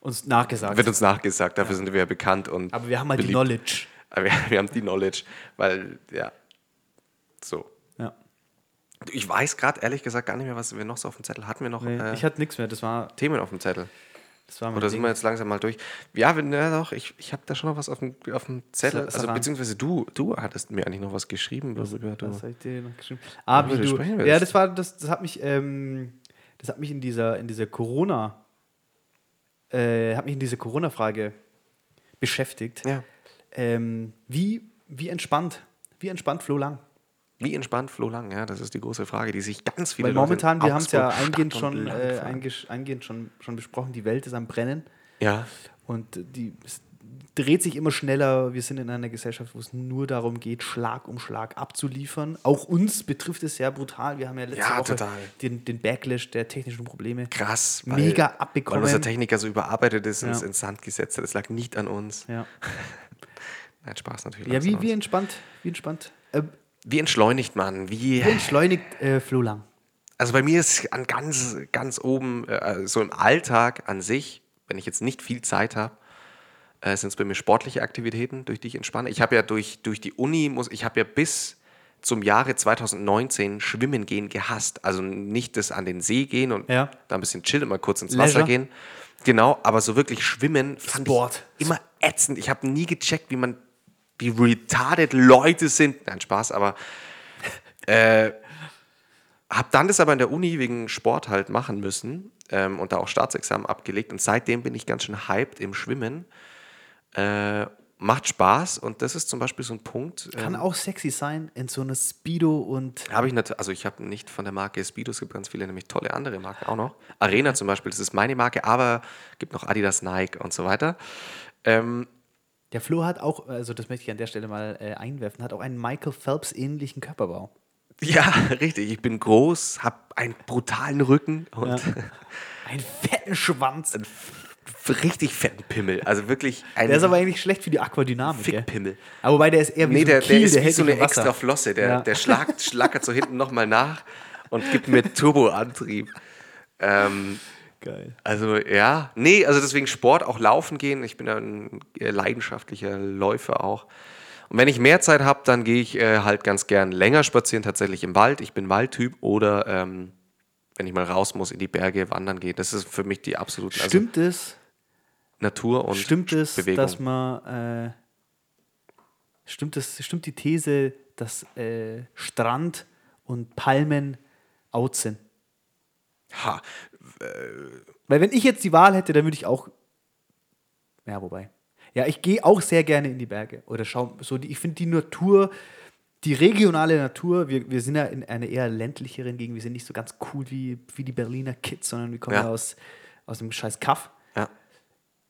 Speaker 4: Uns nachgesagt.
Speaker 3: wird uns nachgesagt, dafür sind wir ja bekannt und.
Speaker 4: aber wir haben halt die
Speaker 3: beliebt.
Speaker 4: Knowledge.
Speaker 3: Aber Wir, wir haben die Knowledge. Weil, ja. So.
Speaker 4: Ja.
Speaker 3: Ich weiß gerade ehrlich gesagt gar nicht mehr, was wir noch so auf dem Zettel hatten. Wir noch
Speaker 4: Nee,
Speaker 3: äh,
Speaker 4: ich hatte nichts mehr. Das war,
Speaker 3: Themen auf dem Zettel.
Speaker 4: das war mein
Speaker 3: Oder sind
Speaker 4: Ding.
Speaker 3: wir jetzt langsam mal durch? Ja, wenn, ja doch, ich, ich habe da schon noch was auf dem, auf dem Zettel.
Speaker 4: Sa-
Speaker 3: Also,
Speaker 4: Saran.
Speaker 3: beziehungsweise du, du hattest mir eigentlich noch was geschrieben, worüber du.
Speaker 4: Was hab ich dir noch geschrieben? Ah, wie
Speaker 3: Worüber
Speaker 4: du.
Speaker 3: sprechen wir
Speaker 4: Ja,
Speaker 3: jetzt?
Speaker 4: das war, das, das hat mich, ähm, das hat mich in dieser, in dieser Corona, äh, hat mich in dieser Corona-Frage beschäftigt.
Speaker 3: Ja.
Speaker 4: Ähm, wie, wie entspannt, wie entspannt Flo Lang?
Speaker 3: Wie entspannt Flo Lang? Ja, das ist die große Frage, die sich ganz viele
Speaker 4: Weil
Speaker 3: Leute in
Speaker 4: momentan, wir haben es ja
Speaker 3: Augsburg,
Speaker 4: eingehend
Speaker 3: Stadt und
Speaker 4: schon,
Speaker 3: Land
Speaker 4: äh,
Speaker 3: fragen.
Speaker 4: eingesch- eingehend schon, schon besprochen, die Welt ist am Brennen
Speaker 3: Ja,
Speaker 4: und die es dreht sich immer schneller. Wir sind in einer Gesellschaft, wo es nur darum geht, Schlag um Schlag abzuliefern. Auch uns betrifft es sehr brutal. Wir haben ja letzte
Speaker 3: Ja,
Speaker 4: Woche
Speaker 3: total.
Speaker 4: Den, den Backlash der technischen Probleme.
Speaker 3: krass.
Speaker 4: Mega
Speaker 3: Weil
Speaker 4: abbekommen.
Speaker 3: unser Techniker so überarbeitet ist und
Speaker 4: Ja.
Speaker 3: es ins Sand gesetzt hat. Das lag nicht an uns.
Speaker 4: Ja,
Speaker 3: Nein, Spaß natürlich.
Speaker 4: ja
Speaker 3: lag's
Speaker 4: wie,
Speaker 3: an
Speaker 4: wie
Speaker 3: uns.
Speaker 4: entspannt, wie entspannt. Äh,
Speaker 3: wie entschleunigt man? Wie,
Speaker 4: entschleunigt äh, Flo Lang.
Speaker 3: Also bei mir ist an ganz, ganz oben, äh, so im Alltag an sich, wenn ich jetzt nicht viel Zeit habe, äh, sind es bei mir sportliche Aktivitäten, durch die ich entspanne. Ich habe ja durch, durch die Uni, muss, ich habe ja bis zum Jahre 2019 Schwimmen gehen gehasst. Also nicht das an den See gehen und
Speaker 4: Ja.
Speaker 3: da ein bisschen chillen, mal kurz ins
Speaker 4: Leisure.
Speaker 3: Wasser gehen. Genau, aber so wirklich schwimmen fand
Speaker 4: Sport.
Speaker 3: ich immer ätzend. Ich habe nie gecheckt, wie man, wie retarded Leute sind. Nein, Spaß, aber hab dann das aber in der Uni wegen Sport halt machen müssen ähm, und da auch Staatsexamen abgelegt. Und seitdem bin ich ganz schön hyped im Schwimmen. Äh, macht Spaß und das ist zum Beispiel so ein Punkt.
Speaker 4: Kann
Speaker 3: Ähm,
Speaker 4: auch sexy sein in so einer Speedo und
Speaker 3: habe ich natürlich, also ich habe nicht von der Marke Speedo, es gibt ganz viele nämlich tolle andere Marken auch noch. Arena zum Beispiel, das ist meine Marke, aber gibt noch Adidas, Nike und so weiter. Ähm,
Speaker 4: Der Flo hat auch, also das möchte ich an der Stelle mal äh, einwerfen, hat auch einen Michael Phelps-ähnlichen Körperbau.
Speaker 3: ja, [laughs] richtig, ich bin groß, habe einen brutalen Rücken und
Speaker 4: Einen fetten Schwanz.
Speaker 3: [laughs] richtig fetten Pimmel. Also wirklich ein
Speaker 4: Der ist aber eigentlich schlecht für die Aquadynamik. Gell?
Speaker 3: Fickpimmel.
Speaker 4: Aber wobei der ist eher wie
Speaker 3: Nee,
Speaker 4: so ein
Speaker 3: der,
Speaker 4: Kiel,
Speaker 3: der ist wie
Speaker 4: hält
Speaker 3: so eine
Speaker 4: sich im Wasser.
Speaker 3: extra Flosse. Der,
Speaker 4: Ja.
Speaker 3: der
Speaker 4: [laughs]
Speaker 3: schlagt, schlackert so hinten nochmal nach und gibt mir Turboantrieb. Ähm,
Speaker 4: Geil.
Speaker 3: also ja, nee, also deswegen Sport, auch laufen gehen. Ich bin ja ein äh, leidenschaftlicher Läufer auch. Und wenn ich mehr Zeit habe, dann gehe ich äh, halt ganz gern länger spazieren, tatsächlich im Wald. Ich bin Waldtyp oder ähm, wenn ich mal raus muss, in die Berge wandern gehen. Das ist für mich die absolute also
Speaker 4: Stimmt es,
Speaker 3: Natur und
Speaker 4: stimmt es,
Speaker 3: Bewegung.
Speaker 4: dass man, äh, stimmt es, stimmt die These, dass äh, Strand und Palmen out sind?
Speaker 3: ha,
Speaker 4: Weil wenn ich jetzt die Wahl hätte, dann würde ich auch. Ja, wobei. Ja, ich gehe auch sehr gerne in die Berge oder schau so die, ich finde die Natur, die regionale Natur, wir, wir sind ja in einer eher ländlicheren Gegend, wir sind nicht so ganz cool wie, wie die Berliner Kids, sondern wir kommen ja.
Speaker 3: Ja.
Speaker 4: aus, aus dem scheiß Kaff.
Speaker 3: ja.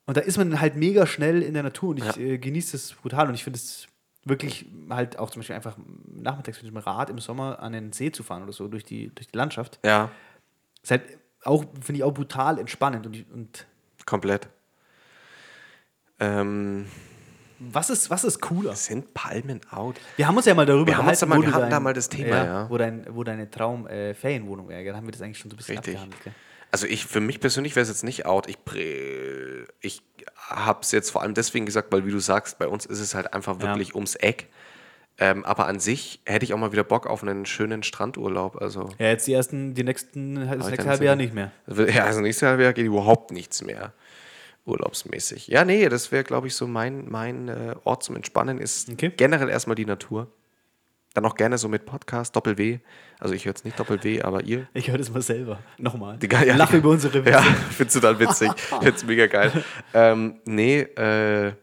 Speaker 4: Und da ist man halt mega schnell in der Natur und ich äh, genieße es brutal und ich finde es wirklich halt auch zum Beispiel einfach nachmittags mit dem Rad im Sommer an den See zu fahren oder so durch die, durch die Landschaft.
Speaker 3: ja,
Speaker 4: Ist halt auch, finde ich auch brutal entspannend und, ich, und
Speaker 3: komplett. Ähm,
Speaker 4: Was ist, was ist cooler?
Speaker 3: Sind Palmen out?
Speaker 4: Wir haben uns ja mal darüber
Speaker 3: Wir haben uns da mal-
Speaker 4: wo
Speaker 3: wir
Speaker 4: du
Speaker 3: hatten da mal das Thema, ja.
Speaker 4: Wo, dein, wo deine Traum-Ferienwohnung wäre. Da haben wir das eigentlich schon so ein bisschen
Speaker 3: Richtig.
Speaker 4: abgehandelt. Gell?
Speaker 3: Also ich, für mich persönlich wäre es jetzt nicht out. Ich, prä- ich habe es jetzt vor allem deswegen gesagt, weil wie du sagst, bei uns ist es halt einfach wirklich ums Eck. Ähm, aber an sich hätte ich auch mal wieder Bock auf einen schönen Strandurlaub. Also
Speaker 4: Ja, jetzt die ersten, die nächsten, das
Speaker 3: Aber
Speaker 4: nächste
Speaker 3: dann
Speaker 4: halbe
Speaker 3: sind-
Speaker 4: Jahr nicht mehr.
Speaker 3: Ja, also nächstes Jahr wär- geht überhaupt nichts mehr. Urlaubsmäßig. Ja, nee, das wäre, glaube ich, so mein, mein äh, Ort zum Entspannen ist
Speaker 4: Okay.
Speaker 3: generell erstmal die Natur. Dann auch gerne so mit Podcast, Doppel-W. Also ich höre jetzt nicht Doppel-W, aber ihr.
Speaker 4: Ich höre das mal selber. Nochmal.
Speaker 3: Die ge- ja,
Speaker 4: Lach
Speaker 3: die-
Speaker 4: über unsere Witze.
Speaker 3: Ja, [laughs] findest du dann
Speaker 4: [laughs]
Speaker 3: witzig. Findest du mega geil. Ähm, nee, äh,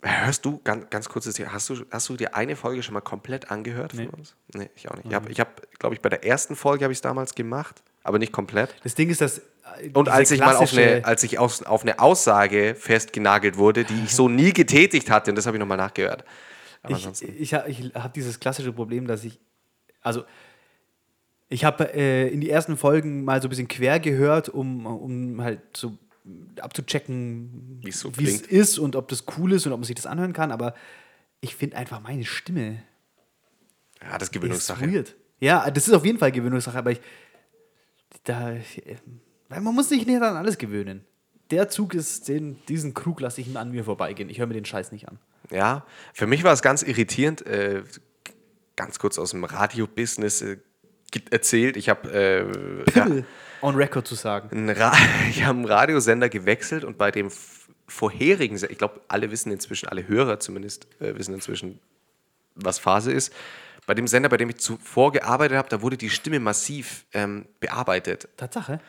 Speaker 3: hörst du, ganz, ganz kurzes Thema, hast du, hast du dir eine Folge schon mal komplett angehört
Speaker 4: Nee. Mhm.
Speaker 3: von uns? Nee, ich auch nicht. Ich habe, ich hab, glaube ich, bei der ersten Folge habe ich es damals gemacht, aber nicht komplett.
Speaker 4: Das Ding ist, dass äh,
Speaker 3: Und als
Speaker 4: diese
Speaker 3: ich mal auf
Speaker 4: klassische-
Speaker 3: eine, als ich aus, auf eine Aussage festgenagelt wurde, die ich so nie getätigt hatte, und das habe ich nochmal nachgehört. Aber
Speaker 4: ich, äh, ich, ha- ich habe dieses klassische Problem, dass ich, also ich habe äh, in die ersten Folgen mal so ein bisschen quer gehört, um, um halt so abzuchecken,
Speaker 3: Wie's so
Speaker 4: wie es
Speaker 3: klingt.
Speaker 4: ist und ob das cool ist und ob man sich das anhören kann, aber ich finde einfach meine Stimme
Speaker 3: ja, das ist
Speaker 4: ist
Speaker 3: Gewöhnungssache.
Speaker 4: weird. Ja, das ist auf jeden Fall Gewöhnungssache, aber ich, da, ich, äh, weil man muss sich nicht an alles gewöhnen. Der Zug ist, den, diesen Krug lasse ich an mir vorbeigehen. Ich höre mir den Scheiß nicht an.
Speaker 3: Ja, für mich war es ganz irritierend, äh, ganz kurz aus dem Radio-Business äh, ge- erzählt. Ich habe äh, ja,
Speaker 4: On record zu sagen.
Speaker 3: einen Ra [laughs] ich hab einen Radiosender gewechselt und bei dem f- vorherigen, Se- ich glaube, alle wissen inzwischen, alle Hörer zumindest äh, wissen inzwischen, was Phase ist. Bei dem Sender, bei dem ich zuvor gearbeitet habe, da wurde die Stimme massiv ähm, bearbeitet.
Speaker 4: Tatsache.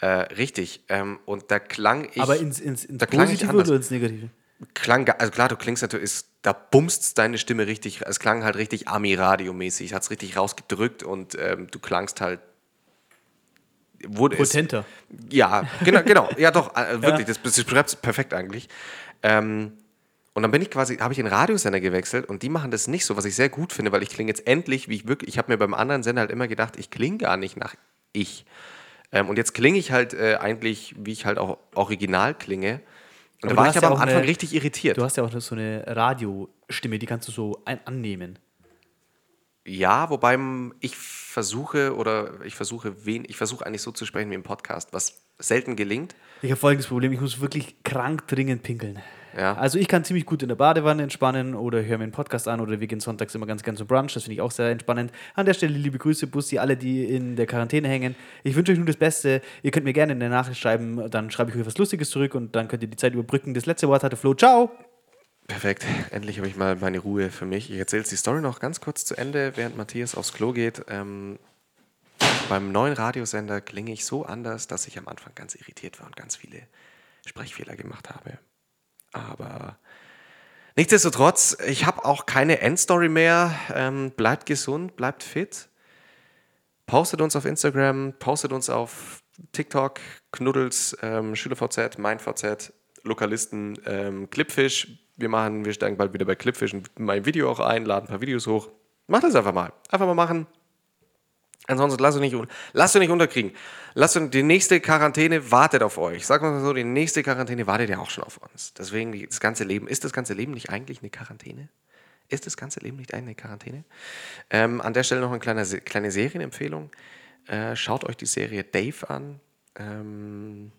Speaker 3: Äh, richtig. Ähm, und da klang ich.
Speaker 4: Aber ins, ins, ins
Speaker 3: da klang ich
Speaker 4: Positive
Speaker 3: anders.
Speaker 4: oder ins Negative?
Speaker 3: klang, ga- also klar, du klingst natürlich, ist, da bumst deine Stimme richtig, es klang halt richtig Ami-Radio-mäßig, hat es richtig rausgedrückt und ähm, du klangst halt. Wurde es-
Speaker 4: Potenter.
Speaker 3: Ja, genau, genau. Ja, doch,
Speaker 4: [laughs]
Speaker 3: äh, wirklich, das das beschreibst du perfekt eigentlich. Ähm, und dann bin ich quasi, habe ich den Radiosender gewechselt und die machen das nicht so, was ich sehr gut finde, weil ich klinge jetzt endlich, wie ich wirklich, ich habe mir beim anderen Sender halt immer gedacht, ich klinge gar nicht nach ich. Ähm, und jetzt klinge ich halt äh, eigentlich, wie ich halt auch original klinge. Und
Speaker 4: Aber du
Speaker 3: da war
Speaker 4: hast
Speaker 3: ich aber
Speaker 4: ja
Speaker 3: am
Speaker 4: auch
Speaker 3: Anfang
Speaker 4: eine-
Speaker 3: richtig irritiert.
Speaker 4: Du hast ja auch so eine Radiostimme, die kannst du so ein annehmen.
Speaker 3: Ja, wobei m- ich versuche oder ich versuche wen, ich versuche eigentlich so zu sprechen wie im Podcast, was selten gelingt.
Speaker 4: Ich habe folgendes Problem, ich muss wirklich krank dringend pinkeln.
Speaker 3: Ja.
Speaker 4: Also ich kann ziemlich gut in der Badewanne entspannen oder höre mir einen Podcast an oder wir gehen sonntags immer ganz gern zum Brunch, das finde ich auch sehr entspannend. An der Stelle liebe Grüße, Bussi, alle, die in der Quarantäne hängen. Ich wünsche euch nur das Beste. Ihr könnt mir gerne in der Nachricht schreiben, dann schreibe ich euch was Lustiges zurück und dann könnt ihr die Zeit überbrücken. Das letzte Wort hatte Flo. Ciao!
Speaker 3: Perfekt. Endlich habe ich mal meine Ruhe für mich. Ich erzähle jetzt die Story noch ganz kurz zu Ende, während Matthias aufs Klo geht. Ähm, beim neuen Radiosender klinge ich so anders, dass ich am Anfang ganz irritiert war und ganz viele Sprechfehler gemacht habe. Aber nichtsdestotrotz, ich habe auch keine Endstory mehr. Ähm, bleibt gesund, bleibt fit. Postet uns auf Instagram, postet uns auf TikTok, Knuddels, ähm, SchülerVZ, MeinVZ, Lokalisten, ähm, Clipfish. Wir machen, wir steigen bald wieder bei Clipfish und mein Video auch ein, laden ein paar Videos hoch. Macht das einfach mal. Einfach mal machen. Ansonsten lasst euch nicht, un- lasst euch nicht unterkriegen. Lasst euch, die nächste Quarantäne wartet auf euch. Sagen wir mal so, die nächste Quarantäne wartet ja auch schon auf uns. Deswegen, die- das ganze Leben, ist das ganze Leben nicht eigentlich eine Quarantäne? Ist das ganze Leben nicht eine Quarantäne? Ähm, an der Stelle noch eine kleine, Se- kleine Serienempfehlung. Äh, schaut euch die Serie Dave an. Ähm,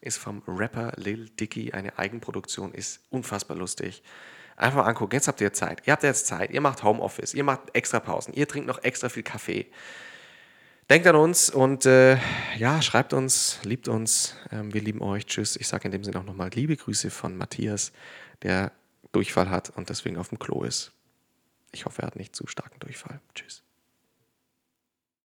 Speaker 3: ist vom Rapper Lil Dicky eine Eigenproduktion, ist unfassbar lustig. Einfach mal angucken, jetzt habt ihr Zeit. Ihr habt jetzt Zeit, ihr macht Homeoffice, ihr macht extra Pausen, ihr trinkt noch extra viel Kaffee. Denkt an uns und äh, ja, schreibt uns, liebt uns. Ähm, wir lieben euch. Tschüss. Ich sage in dem Sinne auch nochmal liebe Grüße von Matthias, der Durchfall hat und deswegen auf dem Klo ist. Ich hoffe, er hat nicht zu starken Durchfall. Tschüss.